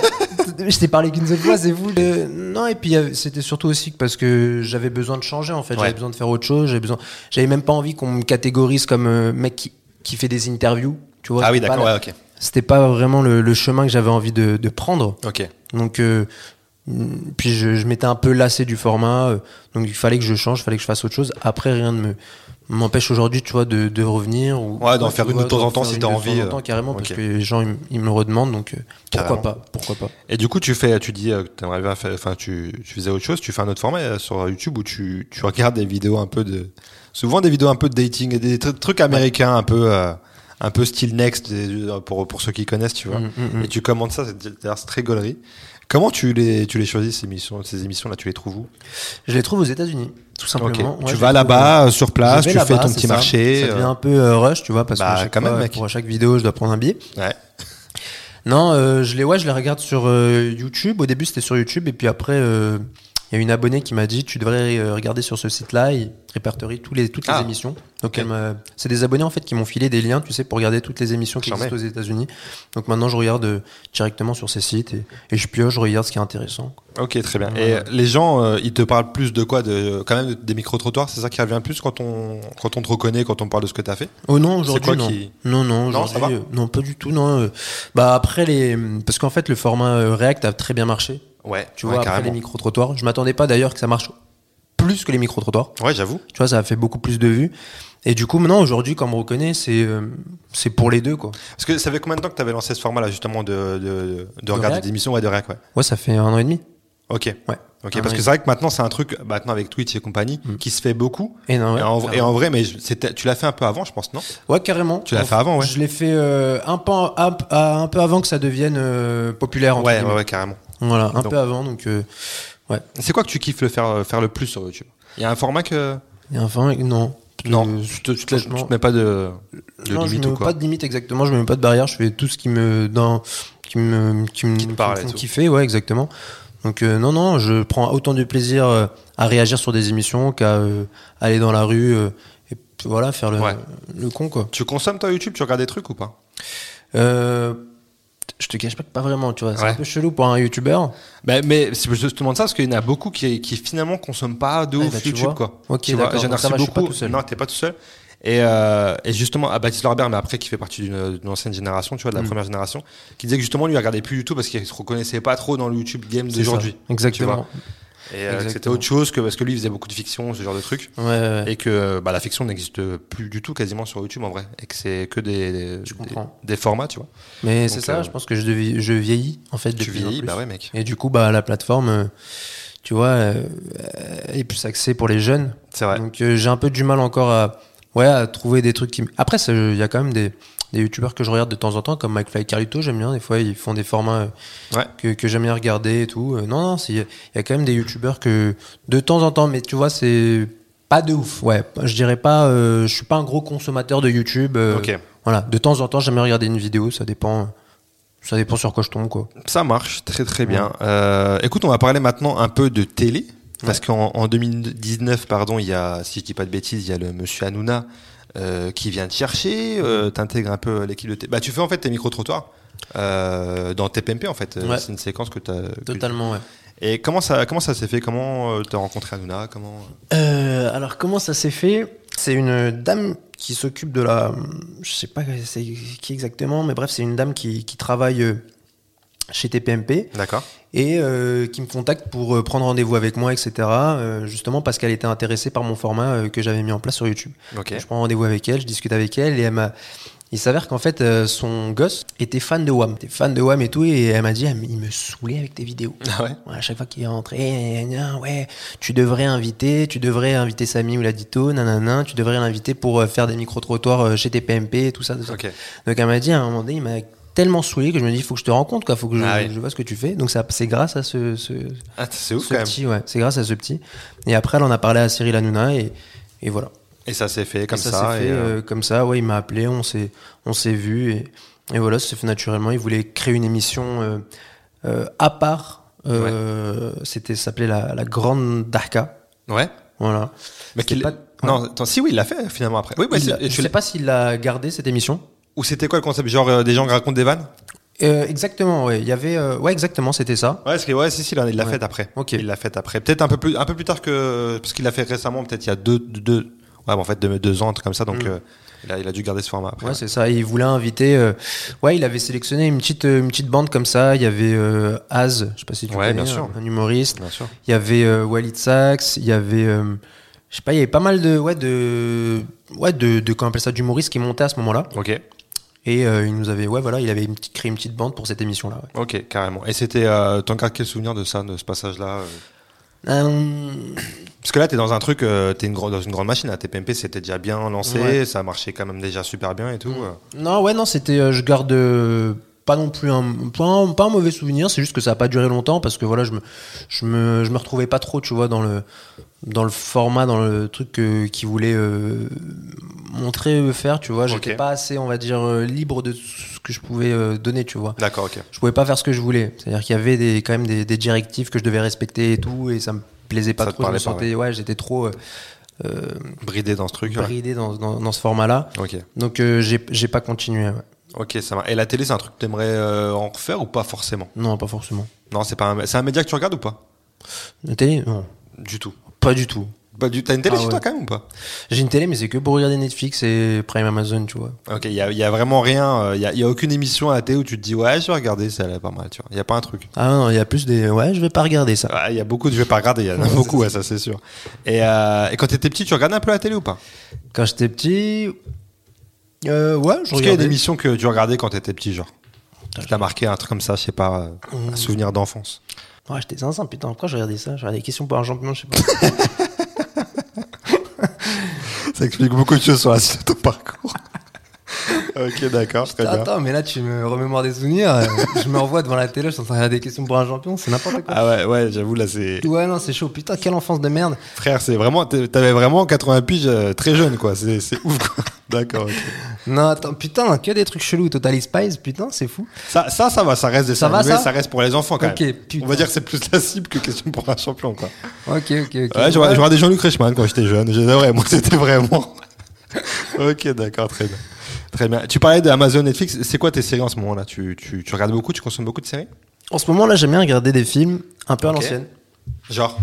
Je t'ai parlé qu'une seule fois, c'est vous. le- Non, et puis il y avait- c'était surtout aussi que parce que j'avais besoin de changer en fait,
Ouais.
j'avais besoin de faire autre chose, j'avais besoin. J'avais même pas envie qu'on me catégorise comme euh, mec qui, qui fait des interviews. Tu vois,
Ah oui,
C'était pas
d'accord,
la-
ouais, ok.
C'était pas vraiment le, le chemin que j'avais envie de- de prendre.
Ok.
Donc, euh, mm, puis je, je m'étais un peu lassé du format, euh, donc il fallait que je change, il fallait que je fasse autre chose. Après, rien ne me m'empêche aujourd'hui, tu vois, de, de revenir ou
Ouais, d'en faire
tu
une de
vois,
temps
d'en
en temps
faire
si
une
t'as
de
envie,
temps en
euh,
temps, carrément, parce
ok.
que les gens ils, m- ils me redemandent, donc euh,
Carrément.
pourquoi pas, pourquoi pas.
Et du coup, tu fais, tu dis euh, que t'aimerais bien faire, enfin, tu, tu faisais autre chose, tu fais un autre format euh, sur YouTube où tu, tu regardes des vidéos un peu de, souvent des vidéos un peu de dating, et des tr- trucs américains un peu, euh, un peu style next des- euh, pour, pour ceux qui connaissent, tu vois.
Mm, mm, mm.
Et tu commandes ça, c'est d'ailleurs, c'est très gaulerie. Comment tu les, tu les choisis ces émissions, ces émissions là, tu les trouves où
Je les trouve aux États-Unis, tout simplement.
Ok.
Ouais,
Tu
je les
vas
trouve, euh,
là-bas euh, sur
je
place,
vais
tu fais
là-bas,
ton
c'est
petit
ça.
marché.
Ça
euh,
devient un peu euh, rush, tu vois, parce
Bah,
que chaque
quand même,
fois,
mec.
pour à chaque vidéo, je dois prendre un billet.
ouais.
Non, euh, je les ouais, je les regarde sur euh, YouTube. Au début, c'était sur YouTube, et puis après, euh, il y a une abonnée qui m'a dit tu devrais euh, regarder sur ce site-là. Il répertorie tous les, toutes les
Ah.
émissions. Donc,
Ok.
elle m'a- c'est des abonnés en fait qui m'ont filé des liens, tu sais, pour regarder toutes les émissions qui
Charmé.
existent aux États-Unis. Donc maintenant, je regarde euh, directement sur ces sites et, et je pioche, je regarde ce qui est intéressant.
Ok, très bien. Et euh, les gens, euh, ils te parlent plus de quoi de, Quand même de- des micro-trottoirs, c'est ça qui revient le plus quand on, quand on te reconnaît, quand on parle de ce que t'as fait
Oh non,
quoi
aujourd'hui non.
qui-
non. Non,
Non, ça va
aujourd'hui, euh, non, pas du tout, non. euh, bah après les, parce qu'en fait, le format euh, React a très bien marché.
Ouais,
Tu vois, après les micro-trottoirs, je m'attendais pas d'ailleurs que ça marche plus que les micro-trottoirs.
Ouais, j'avoue.
Tu vois, ça a fait beaucoup plus de vues. Et du coup, maintenant, aujourd'hui, quand on me reconnaît, c'est euh, c'est pour les deux, quoi.
Parce que ça fait combien de temps que tu avais lancé ce format-là, justement, de, de, de regarder
React
des émissions Ouais, de REC, ouais.
Ouais, ça fait un an et demi.
Ok.
Ouais.
Ok,
Un
parce que
an et-
c'est vrai que maintenant, c'est un truc, bah, maintenant avec Twitch et compagnie, qui se fait beaucoup.
Et non, ouais,
et, en,
carrément.
et en vrai, mais je- c'était- tu l'as fait un peu avant, je pense, non
Ouais, carrément.
Tu l'as
En-
fait avant, ouais.
Je l'ai fait euh, un, peu, un, à- un peu avant que ça devienne euh, populaire, entre
ouais, ouais,
guillemets.
ouais, carrément.
Voilà, un
Donc-
peu avant, donc... euh, ouais.
C'est quoi que tu kiffes le faire, euh, faire le plus sur YouTube Il y a un format que.
Et enfin, non.
Non,
Euh,
tu te, tu te-
franchement-
tu te mets pas de, de
non,
limite
je
ou
me mets
quoi
pas de limite exactement, je me mets pas de barrière, je fais tout ce qui me dans qui me qui me
Qui te parle
me
et
font
tout.
kiffer, ouais, exactement. Donc euh, non non, je prends autant de plaisir euh, à réagir sur des émissions qu'à euh, aller dans la rue euh, et puis voilà, faire le
Ouais.
le con quoi.
Tu consommes toi YouTube Tu regardes des trucs ou pas
Euh, je te cache pas que pas vraiment, tu vois. C'est
Ouais.
un peu chelou pour un youtubeur.
Bah, mais c'est- je te demande ça parce qu'il y en a beaucoup qui, qui finalement consomment pas de
Ah,
ouf
bah, tu
YouTube
vois.
quoi.
Ok,
Tu vois,
d'accord.
J'en ai
Donc ça
reçu
va, je suis
beaucoup.
pas tout seul.
Non, t'es pas tout seul. Et, euh, et justement, à Baptiste Lorbert, mais après qui fait partie d'une d'une ancienne génération, tu vois, de la première génération, qui disait que justement lui il regardait plus YouTube parce qu'il se reconnaissait pas trop dans le YouTube game
C'est
d'aujourd'hui.
ça. Exactement.
Et euh, que c'était
Exactement.
autre chose que parce que lui il faisait beaucoup de fiction, ce genre de trucs.
Ouais, ouais, ouais.
Et que bah, la fiction n'existe plus du tout quasiment sur YouTube en vrai. Et que c'est que des, des,
comprends.
des formats, tu vois.
Mais c'est
Donc,
ça,
euh,
je pense que je, devi- je vieillis, en fait,
Tu
depuis
vieillis, bah ouais, mec.
Et du coup, bah, la plateforme, euh, tu vois, euh, est plus axée pour les jeunes.
C'est vrai.
Donc euh, j'ai un peu du mal encore à, ouais, à trouver des trucs qui... m- Après, ça, il y a quand même des, des youtubeurs que je regarde de temps en temps, comme McFly et Carlito, j'aime bien. Des fois, ils font des formats euh,
Ouais.
que, que j'aime bien regarder et tout. Euh, non, non, c'est- il y a quand même des youtubeurs que de temps en temps, mais tu vois, c'est pas de ouf. Ouais, je dirais pas, euh, je suis pas un gros consommateur de YouTube. euh,
Ok.
Voilà, de temps en temps, j'aime bien regarder une vidéo, ça dépend. Ça dépend sur quoi je tombe, quoi.
Ça marche très très bien. Euh, écoute, on va parler maintenant un peu de télé. Parce qu'en en 2019, pardon, il y a, si je dis pas de bêtises, il y a le monsieur Hanouna euh, qui vient te chercher. Euh, T'intègres un peu l'équipe de télé. Bah, tu fais en fait tes micro-trottoirs euh, dans TPMP en fait. Euh,
Ouais.
C'est une séquence que tu as.
Totalement, ouais.
Et comment ça, comment ça s'est fait Comment euh, t'as rencontré Hanouna Comment
Euh, alors comment ça s'est fait C'est une dame qui s'occupe de la, je sais pas c'est qui exactement, mais bref, c'est une dame qui, qui travaille euh, chez TPMP
D'accord.
et euh, qui me contacte pour euh, prendre rendez-vous avec moi, etc. euh, justement parce qu'elle était intéressée par mon format euh, que j'avais mis en place sur YouTube.
Ok.
Je prends rendez-vous avec elle, je discute avec elle et elle m'a. Il s'avère qu'en fait, euh, son gosse était fan de Wham, était fan de Wham et tout, et elle m'a dit, Ah, mais il me saoulait avec tes vidéos.
Ah ouais.
Ouais, À chaque fois qu'il est rentré, eh, nanana, ouais, tu devrais inviter, tu devrais inviter Samy ou Ladito, nanana, tu devrais l'inviter pour euh, faire des micro-trottoirs euh, chez TPMP, tout ça. Tout ça.
Ok.
Donc elle m'a dit à un moment donné, il m'a tellement saoulé que je me dis, il faut que je te rencontre, quoi, faut que je,
Ah ouais.
je vois ce que tu fais. Donc ça, c'est grâce à ce, ce,
Ah, c'est ouf
ce
quand même.
petit, ouais, c'est grâce à ce petit. Et après, elle en a parlé à Cyril Hanouna et, et voilà.
Et ça s'est fait comme
Et
ça.
s'est
et,
fait,
euh,
euh, comme ça, ouais, il m'a appelé, on s'est, on s'est vu et, et voilà, ça s'est fait naturellement. Il voulait créer une émission euh, euh, à part. euh, C'était ça s'appelait la, la grande Darka.
Ouais.
Voilà.
Mais
euh, C'était
qu'il.
pas-
Non, attends, si oui, il l'a fait finalement après. Oui, bah,
Il
c'est-
l'a-
tu
je sais
l'as-
pas s'il a gardé cette émission.
Ou c'était quoi le concept Genre euh, des gens racontent des vannes
Euh, exactement, ouais. Il y avait, euh, ouais, exactement, c'était ça.
Ouais, parce que, ouais, si, si, il en- il l'a
Ouais.
fait après.
Ok.
Il l'a fait après. Peut-être un peu plus, un peu plus tard que, parce qu'il l'a fait récemment, peut-être il y a deux, deux, ouais, mais en fait deux, deux ans, un truc comme ça, donc euh, il, a, il a dû garder ce format après.
Ouais, c'est ça. Il voulait inviter. euh, ouais, il avait sélectionné une petite, euh, une petite bande comme ça. Il y avait euh, Az, je sais pas si tu
Ouais,
connais,
bien sûr.
un humoriste.
Bien sûr.
Il y avait euh, Walid Sachs, il y avait. euh, je sais pas, il y avait pas mal de. Ouais, de. Ouais, de. de comment on appelle ça D'humoristes qui montaient à ce moment-là.
Ok.
Et euh, il nous avait. Ouais, voilà, il avait une petite- créé une petite bande pour cette émission-là. ouais.
Ok, carrément. Et c'était, euh, t'en gardes quel souvenir de ça, de ce passage-là euh
Euh,
Parce que là, t'es dans un truc, euh, t'es une grande- dans une grande machine. La TPMP, c'était déjà bien lancé,
Ouais.
ça marchait quand même déjà super bien et tout. euh.
non, ouais, non, c'était. euh, je garde. euh, pas non plus un, pas un, pas un mauvais souvenir, c'est juste que ça n'a pas duré longtemps parce que voilà, je me, je me, je me retrouvais pas trop, tu vois, dans le, dans le format, dans le truc que- qu'ils voulaient euh, montrer, euh, faire, tu vois. J'étais
Ok.
pas assez, on va dire, euh, libre de ce que je pouvais euh, donner, tu vois.
D'accord, ok.
je pouvais pas faire ce que je voulais. C'est-à-dire qu'il y avait des, quand même des, des directives que je devais respecter et tout, et ça me plaisait pas
Ça te
trop. Je me
parlait pas,
sentais, ouais, j'étais trop euh, euh,
Bridé dans ce truc. ouais.
bridé dans, dans, dans ce format-là.
Ok.
Donc euh, j'ai j'ai pas continué. ouais.
Ok, ça marche. Et la télé, c'est un truc que t'aimerais euh, en refaire ou pas forcément
Non, pas forcément.
Non, c'est pas. Un... C'est un média que tu regardes ou pas
La télé Non,
Du tout.
pas du tout.
Bah, du... T'as une télé
Ah
chez
ouais.
toi quand même ou pas
J'ai une télé, mais c'est que pour regarder Netflix et Prime Amazon, tu vois.
Ok, il y a, y a vraiment rien, il y a, y a aucune émission à la télé où tu te dis ouais, je vais regarder, ça elle est pas mal, tu vois. Il y a pas un truc.
Ah non, il y a plus des. Ouais, je vais pas regarder ça.
Il y a beaucoup de je vais pas regarder, il y en a beaucoup, ouais, ça c'est sûr. Et, euh, et quand t'étais petit, tu regardais un peu la télé ou pas
Quand j'étais petit. euh, ouais, je
Est-ce qu'il y a des
regardais.
émissions que tu regardais quand t'étais petit, genre Qui t'a marqué un truc comme ça, je sais pas, euh, un souvenir d'enfance
Ouais, j'étais zinzin, putain, pourquoi je regardais ça Je regardais questions pour un champion, je sais pas.
Ça explique beaucoup de choses sur la suite de ton parcours. ok, d'accord, très bien.
Attends, mais là, tu me remémores des souvenirs. euh, je me revois devant la télé, je suis en train de regarder des questions pour un champion, c'est n'importe quoi.
Ah ouais, ouais, j'avoue, là c'est.
Ouais, non, c'est chaud. Putain, quelle enfance de merde.
Frère, c'est vraiment. t'es- T'avais vraiment 80 piges euh, très jeune, quoi. C'est c'est ouf, quoi. D'accord, ok.
Non, attends, putain, que des trucs chelous. Total Spice, putain, c'est fou.
Ça, ça, ça va, ça reste des
Ça
dessins
va,
animés,
ça
reste pour les enfants quand
Ok,
même.
putain.
On va dire que c'est plus la cible que question pour un champion, quoi.
Ok, ok, ok.
Ouais, je regardais Jean-Luc Reichmann quand j'étais jeune, j'adorais, moi c'était vraiment. ok, d'accord, très bien. Très bien. Tu parlais d'Amazon Netflix. C'est quoi tes séries en ce moment-là tu, tu, tu regardes beaucoup Tu consommes beaucoup de séries
En ce moment, là, j'aime bien regarder des films un peu à
Ok.
l'ancienne.
Genre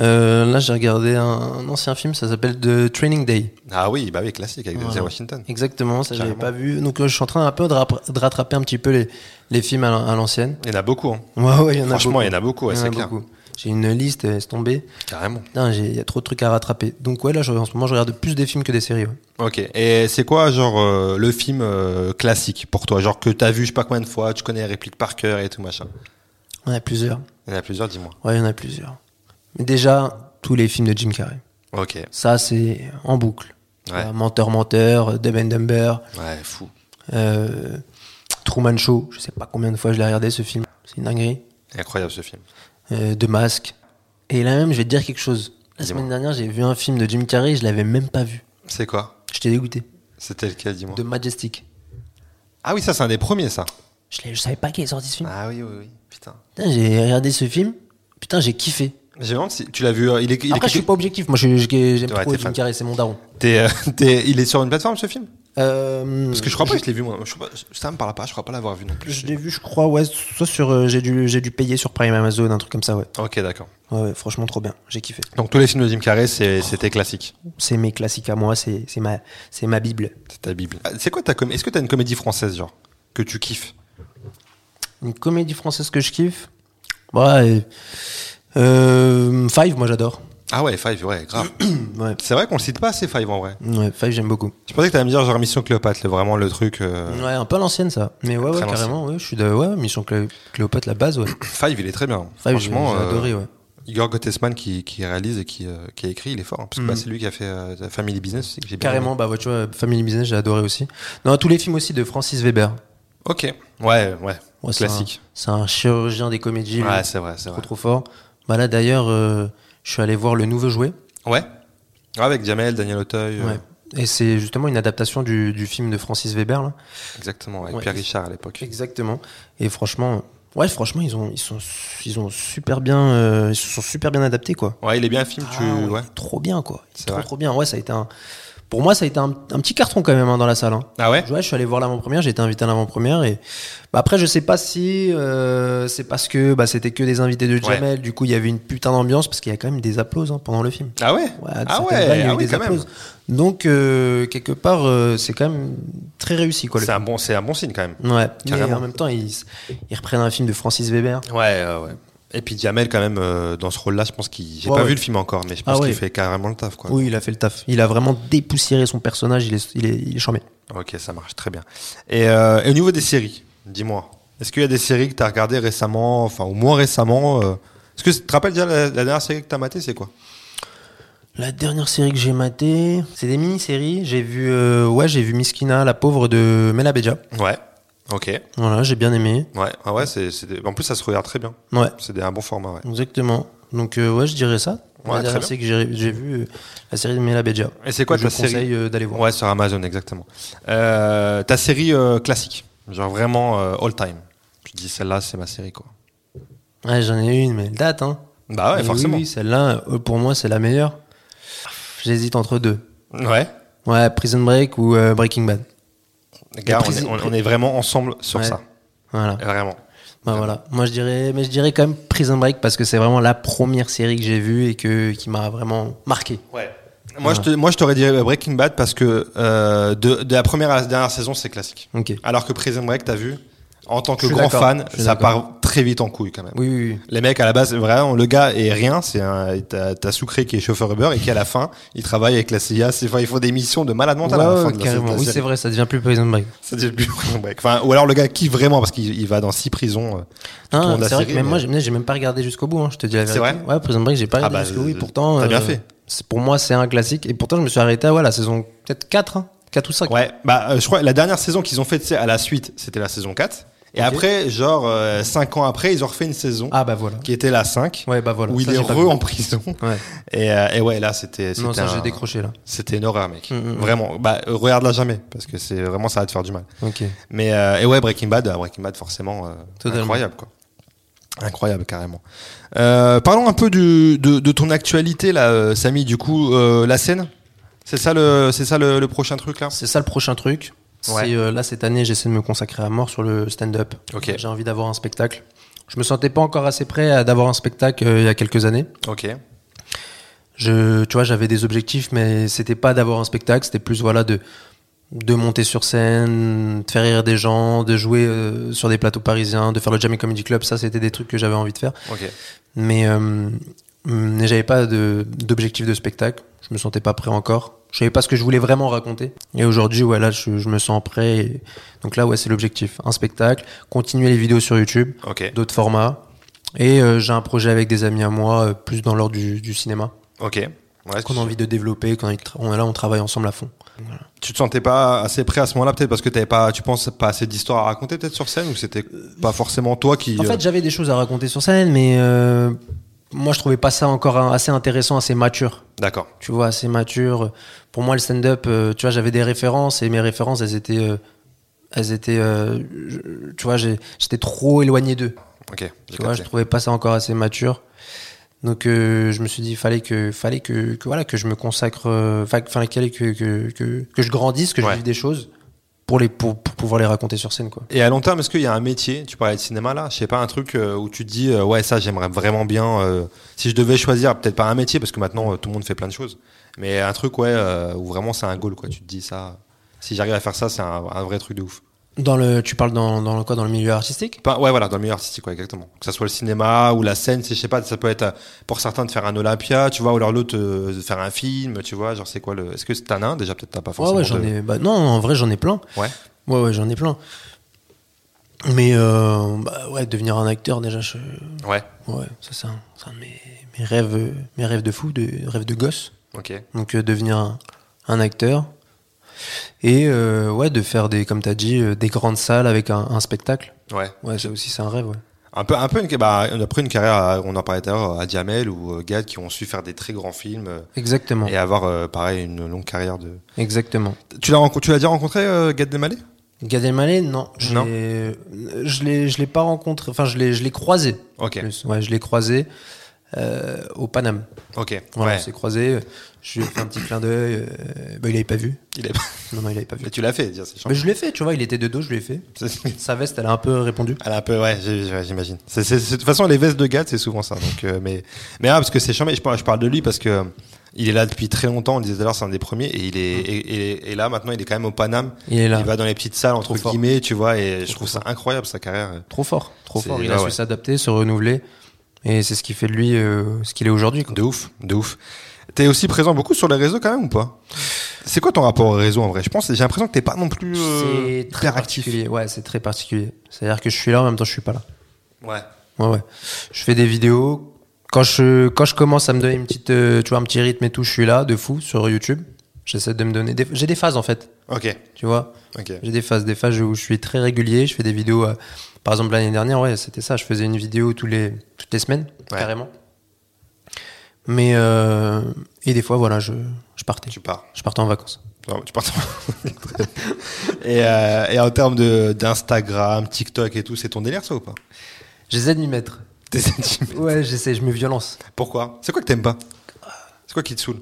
Euh, là, j'ai regardé un, un ancien film, ça s'appelle The Training Day.
Ah oui, bah oui, classique avec Denzel
Voilà.
Washington.
Exactement, ça, j'avais
Carrément.
pas vu. Donc, euh, je suis en train un peu de, rap- de rattraper un petit peu les, les films à l'an- à l'ancienne.
Il y en a beaucoup. hein.
Ouais, ouais, il y en a
Franchement,
beaucoup.
il y en a beaucoup, ouais,
Il y en a
c'est clair.
beaucoup. J'ai une liste, euh, elle est tombée.
Carrément.
Putain, j'ai- Il y a trop de trucs à rattraper. Donc, ouais, là, je- en ce moment, je regarde plus des films que des séries. ouais.
Ok. Et c'est quoi, genre, euh, le film euh, classique pour toi Genre que t'as vu je sais pas combien de fois, tu connais les répliques par cœur et tout machin.
Il y en a plusieurs.
Il y en a plusieurs, dis-moi.
Ouais, il y en a plusieurs. Mais déjà, tous les films de Jim Carrey.
Ok.
Ça, c'est en boucle. Tu
Ouais.
vois, menteur, menteur, Dumb and Dumber,
Ouais, fou.
euh, Truman Show. Je sais pas combien de fois je l'ai regardé ce film. C'est une dinguerie.
Incroyable ce film.
Euh, de masque. Et là même, je vais te dire quelque chose. La
Dis-moi.
semaine dernière, j'ai vu un film de Jim Carrey, je l'avais même pas vu.
C'est quoi
J'étais dégoûté.
C'était lequel, dis-moi
De Majestic.
Ah oui, ça, c'est un des premiers, ça.
Je, l'ai- je savais pas qu'il est sorti ce film.
Ah oui, oui, oui. Putain.
Putain, j'ai regardé ce film. Putain, j'ai kiffé.
J'ai demandé si tu l'as vu. euh, il est, il est,
Après, je suis pas objectif. Moi, je- je- j'aime
Ouais,
trop
t'es
Jim
fan.
Carrey, c'est mon daron.
T'es, euh, t'es- il est sur une plateforme ce film
Euh,
Parce que je crois pas que je l'ai vu moi. Je crois pas- ça me parle pas. Je crois pas l'avoir vu non plus.
Je l'ai vu, je crois, ouais, soit sur. euh, j'ai, dû, j'ai dû payer sur Prime Amazon, un truc comme ça, ouais.
Ok, d'accord.
Ouais, ouais, franchement, trop bien, j'ai kiffé.
Donc tous les films de Jim Carrey, c'est- c'était classique.
C'est mes classiques à moi, c'est, c'est, ma, c'est ma Bible.
C'est ta bible. Ah, C'est quoi ta com- Est-ce que t'as une comédie française genre que tu kiffes
Une comédie française que je kiffe Ouais. euh, Five, moi j'adore.
Ah ouais, Five, ouais, grave.
Ouais,
c'est vrai qu'on le cite pas assez Five en vrai.
ouais, Five, j'aime beaucoup.
Je pensais que t'allais me dire genre Mission Cléopâtre, le- vraiment le truc. euh,
Ouais, un peu à l'ancienne ça. Mais ouais, ouais
Très
carrément, ouais, je suis de. Ouais, Mission Clé- Cléopâtre, la base, ouais.
Five, il est très bien.
Five, j'ai,
Franchement,
j'ai
euh,
adoré, ouais.
Igor Gottesman qui, qui réalise et qui, euh, qui a écrit, il est fort. hein, parce que bah, c'est lui qui a fait euh, Family Business. aussi, que j'ai bien
Mm. Carrément, bah, ouais, tu vois, Family Business, j'ai adoré aussi. Non, tous les films aussi de Francis Weber.
aimé. Ok. Ouais, ouais.
Ouais, c'est un-
classique.
C'est un, chirurgien des comédies. lui.
Ouais, c'est vrai, c'est
trop
vrai.
trop fort. Bah là d'ailleurs, euh, je suis allé voir le nouveau jouet.
Ouais. Ouais, Avec Jamel, Daniel Auteuil. euh,
Ouais. Et c'est justement une adaptation du, du film de Francis Weber. Là.
euh, Exactement, avec
Ouais.
Pierre Richard à l'époque.
Exactement. Et franchement, ouais, franchement, ils ont, ils sont, ils ont super bien, euh, ils se sont super bien adaptés quoi.
Ouais, il est bien le film, tu.
Ah, ouais,
ouais.
il est Trop bien quoi. Il est
C'est
Trop
vrai.
trop bien. Ouais, ça a été un. Pour moi, ça a été un, un petit carton quand même hein, dans la salle. hein.
Ah ouais
Ouais, je suis allé voir l'avant-première, j'ai été invité à l'avant-première et bah, après je sais pas si euh, c'est parce que bah, c'était que des invités de
Ouais.
Jamel, du coup il y avait une putain d'ambiance parce qu'il y a quand même des applauses hein, pendant le film.
Ah ouais
Ouais, à
Ah
certaines
ouais,
vannes, il y a
ah
eu
oui,
des
quand même.
applauses. Donc, euh, quelque part, euh, c'est quand même très réussi. Quoi, le
C'est un, bon, c'est un bon signe quand même.
film. Ouais, mais
Carrément.
en même temps, ils, ils reprennent un film de Francis Weber.
Ouais, euh, ouais. Et puis Jamel, quand même, euh, dans ce rôle-là, je pense qu'il. J'ai
Ouais,
pas
ouais.
vu le film encore, mais je pense
Ah ouais.
qu'il fait carrément le taf, quoi.
Oui, il a fait le taf. Il a vraiment dépoussiéré son personnage, il est, il est, il est charmé.
Ok, ça marche très bien. Et, euh, et au niveau des séries, dis-moi, est-ce qu'il y a des séries que t'as regardées récemment, enfin, ou moins récemment euh, Est-ce que tu te rappelles déjà la, la dernière série que t'as matée, c'est quoi
La dernière série que j'ai matée, c'est des mini-séries. J'ai vu, euh, ouais, j'ai vu Miskina, la pauvre de Mela Beja.
Ouais. Ok.
Voilà, j'ai bien aimé.
Ouais, ah ouais, c'est, c'est des- en plus, ça se regarde très bien.
Ouais,
C'est des- un bon format, ouais.
exactement. Donc, euh, ouais, je dirais ça.
Ouais, très
la dernière
bien.
série que j'ai j'ai vue, euh, la série de Mela Beja.
Et c'est quoi
Que
ta
Je vous
série
conseille euh, d'aller voir.
Ouais, sur Amazon, exactement. Euh, ta série euh, classique, genre vraiment euh, all time. Tu te dis celle-là, c'est ma série quoi.
Ouais, j'en ai une, mais elle date, hein.
Bah ouais,
Mais
forcément.
Oui, celle-là, euh, pour moi, c'est la meilleure. J'hésite entre deux.
Ouais.
Ouais, Prison Break ou euh, Breaking Bad.
Les gars, on
Prison-
est, on- on est vraiment ensemble sur
Ouais.
ça.
Voilà.
Vraiment.
Bah voilà. Moi, je dirais, mais je dirais quand même Prison Break parce que c'est vraiment la première série que j'ai vue et que, qui m'a vraiment marqué.
Ouais. Moi, je te- moi, je t'aurais dit euh, Breaking Bad parce que euh, de, de la première à la dernière saison, c'est classique.
Ok.
Alors que Prison Break, t'as vu, en tant que
Je suis
grand
d'accord.
fan,
Je suis
ça
d'accord.
part très vite en couille quand même.
Oui, oui, oui.
Les mecs, à la base, vraiment, le gars est rien. C'est un, t'as, t'as Sucré qui est chauffeur Uber et qui, à la fin, il travaille avec la CIA. C'est, enfin, il faut des missions de malade mental à la
Ouais,
fin
ouais,
de la- de
carrément.
la
Oui,
série.
c'est vrai, ça devient plus Prison Break.
Ça devient plus Prison Break. Enfin, ou alors le gars qui vraiment, parce qu'il il va dans six prisons. euh, tout au long
Hein,
de la
c'est vrai
série,
que même
mais-
moi, j'ai j'ai même pas regardé jusqu'au bout, hein, je te dis la
C'est
vérité.
vrai
Ouais, Prison Break, j'ai pas
Ah
regardé
bah,
jusqu'au bout. et
euh,
Pourtant,
t'as bien fait.
c'est- Pour moi, c'est un classique. Et pourtant, je me suis arrêté à ouais, la saison peut-être 4, 4 ou 5.
Ouais, bah, euh, je crois que la dernière saison qu'ils ont faite tu sais, à la suite, c'était la saison 4. Et
Ok.
après, genre, euh, cinq ans après, ils ont refait une saison
Ah bah voilà.
qui était la 5,
Ouais, bah voilà.
où il
Ça,
est
j'ai pas
re
vu.
en prison.
Ouais.
Et, euh, et ouais, là, c'était c'était
Non, ça,
un-
j'ai décroché là.
c'était une horreur, mec.
Mm, mm, mm.
Vraiment, bah, euh, regarde-la jamais, parce que c'est vraiment, ça va te faire du mal.
Ok.
Mais euh, et ouais, Breaking Bad, euh, Breaking Bad forcément euh,
Totalement.
incroyable quoi. Incroyable carrément. Euh, parlons un peu du, de, de ton actualité là, euh, Samy. Du coup, euh, la scène, c'est ça le, c'est ça le, le prochain truc là.
C'est ça le prochain truc.
Ouais.
C'est, euh, là, cette année, j'essaie de me consacrer à mort sur le stand-up.
Ok.
J'ai envie d'avoir un spectacle. Je me sentais pas encore assez prêt à d'avoir un spectacle euh, il y a quelques années.
Ok.
Je, tu vois, j'avais des objectifs, mais c'était pas d'avoir un spectacle, c'était plus voilà de de monter sur scène, de faire rire des gens, de jouer euh, sur des plateaux parisiens, de faire le Jamie Comedy Club. Ça, c'était des trucs que j'avais envie de faire,
Ok.
mais euh, mais j'avais pas de- d'objectif de spectacle. Je me sentais pas prêt encore. Je savais pas ce que je voulais vraiment raconter. Et aujourd'hui, ouais, là, je, je me sens prêt. Et donc là, ouais, c'est l'objectif. Un spectacle, continuer les vidéos sur YouTube,
Ok.
d'autres formats. Et euh, j'ai un projet avec des amis à moi, euh, plus dans l'ordre du, du cinéma
Ok. Ouais,
qu'on
tu-
a envie de développer, qu'on a envie de tra- on, là on travaille ensemble à fond.
Tu te sentais pas assez prêt à ce moment-là, peut-être parce que t'avais pas, tu penses pas assez d'histoires à raconter, peut-être sur scène, ou c'était pas forcément toi qui.
Euh, En
euh,
fait, j'avais des choses à raconter sur scène, mais euh, moi je trouvais pas ça encore un- assez intéressant, assez mature.
D'accord.
Tu vois, assez mature. Pour moi, le stand-up, euh, tu vois, j'avais des références et mes références, elles étaient, euh, elles étaient, euh, je- tu vois, j'ai- j'étais trop éloigné d'eux.
Ok. j'ai
Tu vois, je
capté.
trouvais pas ça encore assez mature. Donc euh, je me suis dit fallait que fallait que, que voilà que je me consacre euh, fa- fallait que, que, que que je grandisse, que
Ouais.
je vive des choses pour les pour, pour pouvoir les raconter sur scène quoi.
Et à long terme, est-ce qu'il y a un métier, tu parlais de cinéma là, je sais pas, un truc euh, où tu te dis, euh, ouais, ça j'aimerais vraiment bien, euh, si je devais choisir, peut-être pas un métier, parce que maintenant euh, tout le monde fait plein de choses, mais un truc, ouais, euh, où vraiment c'est un goal, quoi, tu te dis ça, si j'arrive à faire ça, c'est un, un vrai truc de ouf.
Dans le tu parles dans dans le quoi dans le milieu artistique
Pas- ouais, voilà, dans le milieu artistique, quoi, exactement. Que ça soit le cinéma ou la scène, c'est, je sais pas, ça peut être euh, pour certains de faire un Olympia, tu vois, ou alors l'autre euh, de faire un film, tu vois, genre c'est quoi le. Est-ce que t'en as un déjà, peut-être t'as pas
Ouais
forcément.
ouais, j'en
de-
ai bah, non en vrai j'en ai plein.
Ouais.
Ouais ouais, j'en ai plein. Mais euh, bah, ouais, devenir un acteur déjà je
Ouais,
ouais, ça c'est un, c'est un de mes, mes rêves euh, mes rêves de fou, de rêves de gosse.
ok.
donc euh, devenir un, un acteur et euh, ouais de faire des comme t'as dit euh, des grandes salles avec un, un spectacle
Ouais.
ouais ça aussi c'est un rêve ouais.
Un peu, un peu une, bah, on a pris une carrière, à- on en parlait tout à l'heure, à Diamel ou euh, Gad qui ont su faire des très grands films euh,
exactement
et avoir, euh, pareil, une longue carrière de.
exactement
Tu l'as, rencontré- tu l'as déjà rencontré, euh, Gad Demalé
Gad Elmaleh non je
Non.
l'ai- je l'ai je l'ai pas rencontré enfin je l'ai je l'ai croisé
Ok,
plus. ouais je l'ai croisé euh, au Paname
ok.
voilà
ouais.
on s'est croisé je lui ai fait un petit clin d'œil euh, bah, il avait pas vu
Il est-
non non il avait pas vu
Mais tu l'as fait, dire, c'est chiant.
mais je l'ai fait tu vois il était de dos je l'ai fait
C'est-
sa veste elle a un peu répondu
Elle a un peu, ouais, j'ai- j'ai- j'imagine. C'est- c'est- c'est- De toute façon, les vestes de Gad, c'est souvent ça. Donc, euh, mais, mais ah, parce que c'est chiant, mais je parle, je parle de lui parce que euh, il est là depuis très longtemps. On disait d'ailleurs, c'est un des premiers, et il est, et, et- et là maintenant, il est quand même au Paname.
Hein. il est là
Il va dans les petites salles entre
Trop fort.
guillemets, tu vois, et je trouve ça incroyable sa carrière. euh.
Trop fort, trop
C'est-
fort. Il
ouais,
a
ouais.
su s'adapter, se renouveler. Et c'est ce qui fait de lui euh, ce qu'il est aujourd'hui. quoi.
De ouf, de ouf. T'es aussi présent beaucoup sur les réseaux quand même ou pas C'est quoi ton rapport aux réseaux en vrai Je pense, j'ai l'impression que t'es pas non plus euh,
C'est très
hyper actif.
particulier. Ouais, c'est très particulier. C'est-à-dire que je suis là, en même temps, je suis pas là.
Ouais.
Ouais, ouais. Je fais des vidéos. Quand je, quand je commence à me donner une petite, euh, tu vois, un petit rythme et tout, je suis là, de fou, sur YouTube. J'essaie de me donner. des- J'ai des phases, en fait.
Ok.
Tu vois
Ok.
J'ai des phases, des phases où je suis très régulier. Je fais des vidéos. euh, par exemple, l'année dernière, ouais, c'était ça. Je faisais une vidéo tous les, toutes les semaines,
Ouais.
carrément. Mais euh, et des fois, voilà, je, je partais.
Tu pars.
Je partais en vacances.
Non, tu pars. et, euh, et en termes de d'Instagram, TikTok et tout, c'est ton délire ça ou pas
J'essaie de m'y mettre.
T'es sentiment-
Ouais, j'essaie. Je me violence.
Pourquoi C'est quoi que t'aimes pas C'est quoi qui te saoule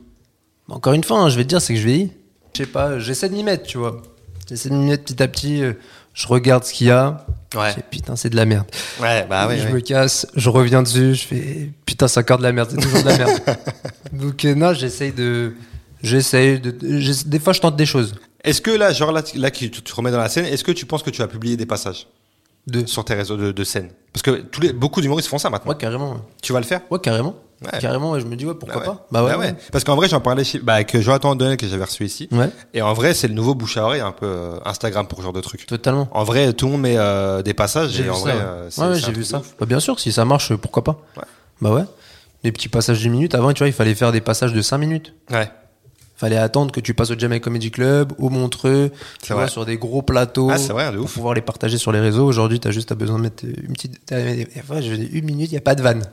Mais Encore une fois, hein, je vais te dire, c'est que je vieillis. Je sais pas. J'essaie de m'y mettre, tu vois. J'essaie de m'y mettre petit à petit. euh, je regarde ce qu'il y a.
Ouais.
Je fais, putain, c'est de la merde.
Ouais, bah
je me casse, je reviens dessus, je fais putain, c'est encore de la merde, c'est toujours de la merde. Donc, euh, non, j'essaye de. J'essaye de. j'essa- Des fois, je tente des choses.
Est-ce que là, genre là, tu- là qui tu te remets dans la scène, est-ce que tu penses que tu vas publier des passages
De.
sur tes réseaux de, de scène Parce que tous les, beaucoup d'humoristes font ça maintenant.
Ouais, carrément. ouais.
Tu vas le faire
Ouais, carrément.
Ouais.
Carrément, ouais, je me dis, ouais,
Bah
pourquoi
ouais.
pas Bah ouais.
Bah ouais. Parce qu'en vrai, j'en parlais chez, bah, avec Jonathan Donnel que j'avais reçu ici.
ouais. Ouais,
Et en vrai, c'est le nouveau bouche à oreille, un peu euh, Instagram pour ce genre de truc.
totalement.
En vrai, tout le monde met euh, des passages.
J'ai
et
vu
en
ça.
vrai,
ouais.
euh, c'est-
ouais, ouais,
c'est un
j'ai vu
truc de
ça.
ouf.
Bah, bien sûr, si ça marche, euh, pourquoi pas
Ouais.
Bah ouais. Des petits passages d'une minute. Avant, tu vois, il fallait faire des passages de 5 minutes.
Ouais.
Fallait attendre que tu passes au Jamaica Comedy Club, au Montreux,
C'est
tu vois,
vrai.
sur des gros plateaux.
Ah, c'est vrai, de
pour
ouf.
pouvoir les partager sur les réseaux. Aujourd'hui, t'as juste besoin de mettre une petite. t'as- enfin, je dis une minute, il n'y a pas de vanne.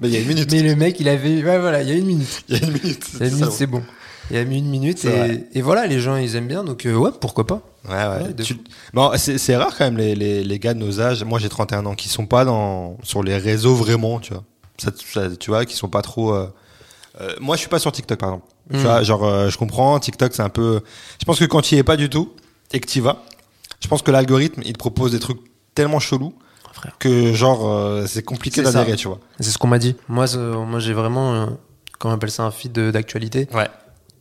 Mais il y a une minute.
Mais le mec, il avait. Ouais, voilà, il y a une minute.
Il y a une minute.
Il y a une
ça,
minute, c'est bon. Il y a mis une minute
C'est vrai.
et, et voilà, les gens, ils aiment bien. Donc, euh, ouais, pourquoi pas
Ouais, ouais.
Ouais, de
Tu-
fou.
Bon, c'est c'est rare quand même les, les, les gars de nos âges. Moi, j'ai 31 ans, qui sont pas dans sur les réseaux vraiment, tu vois. Ça, ça- tu vois, qui sont pas trop. euh, euh, moi, je suis pas sur TikTok, par exemple. Tu
Mm.
vois, genre, euh, je comprends. TikTok, c'est un peu. Je pense que quand il y es pas du tout, et que tu vas, je pense que l'algorithme, il te propose des trucs tellement chelous
Frère.
que genre euh, c'est compliqué
C'est ça.
d'adhérer, tu vois.
C'est ce qu'on m'a dit. Moi, ce- moi j'ai vraiment, euh, comment on appelle ça, un feed de- d'actualité
Ouais.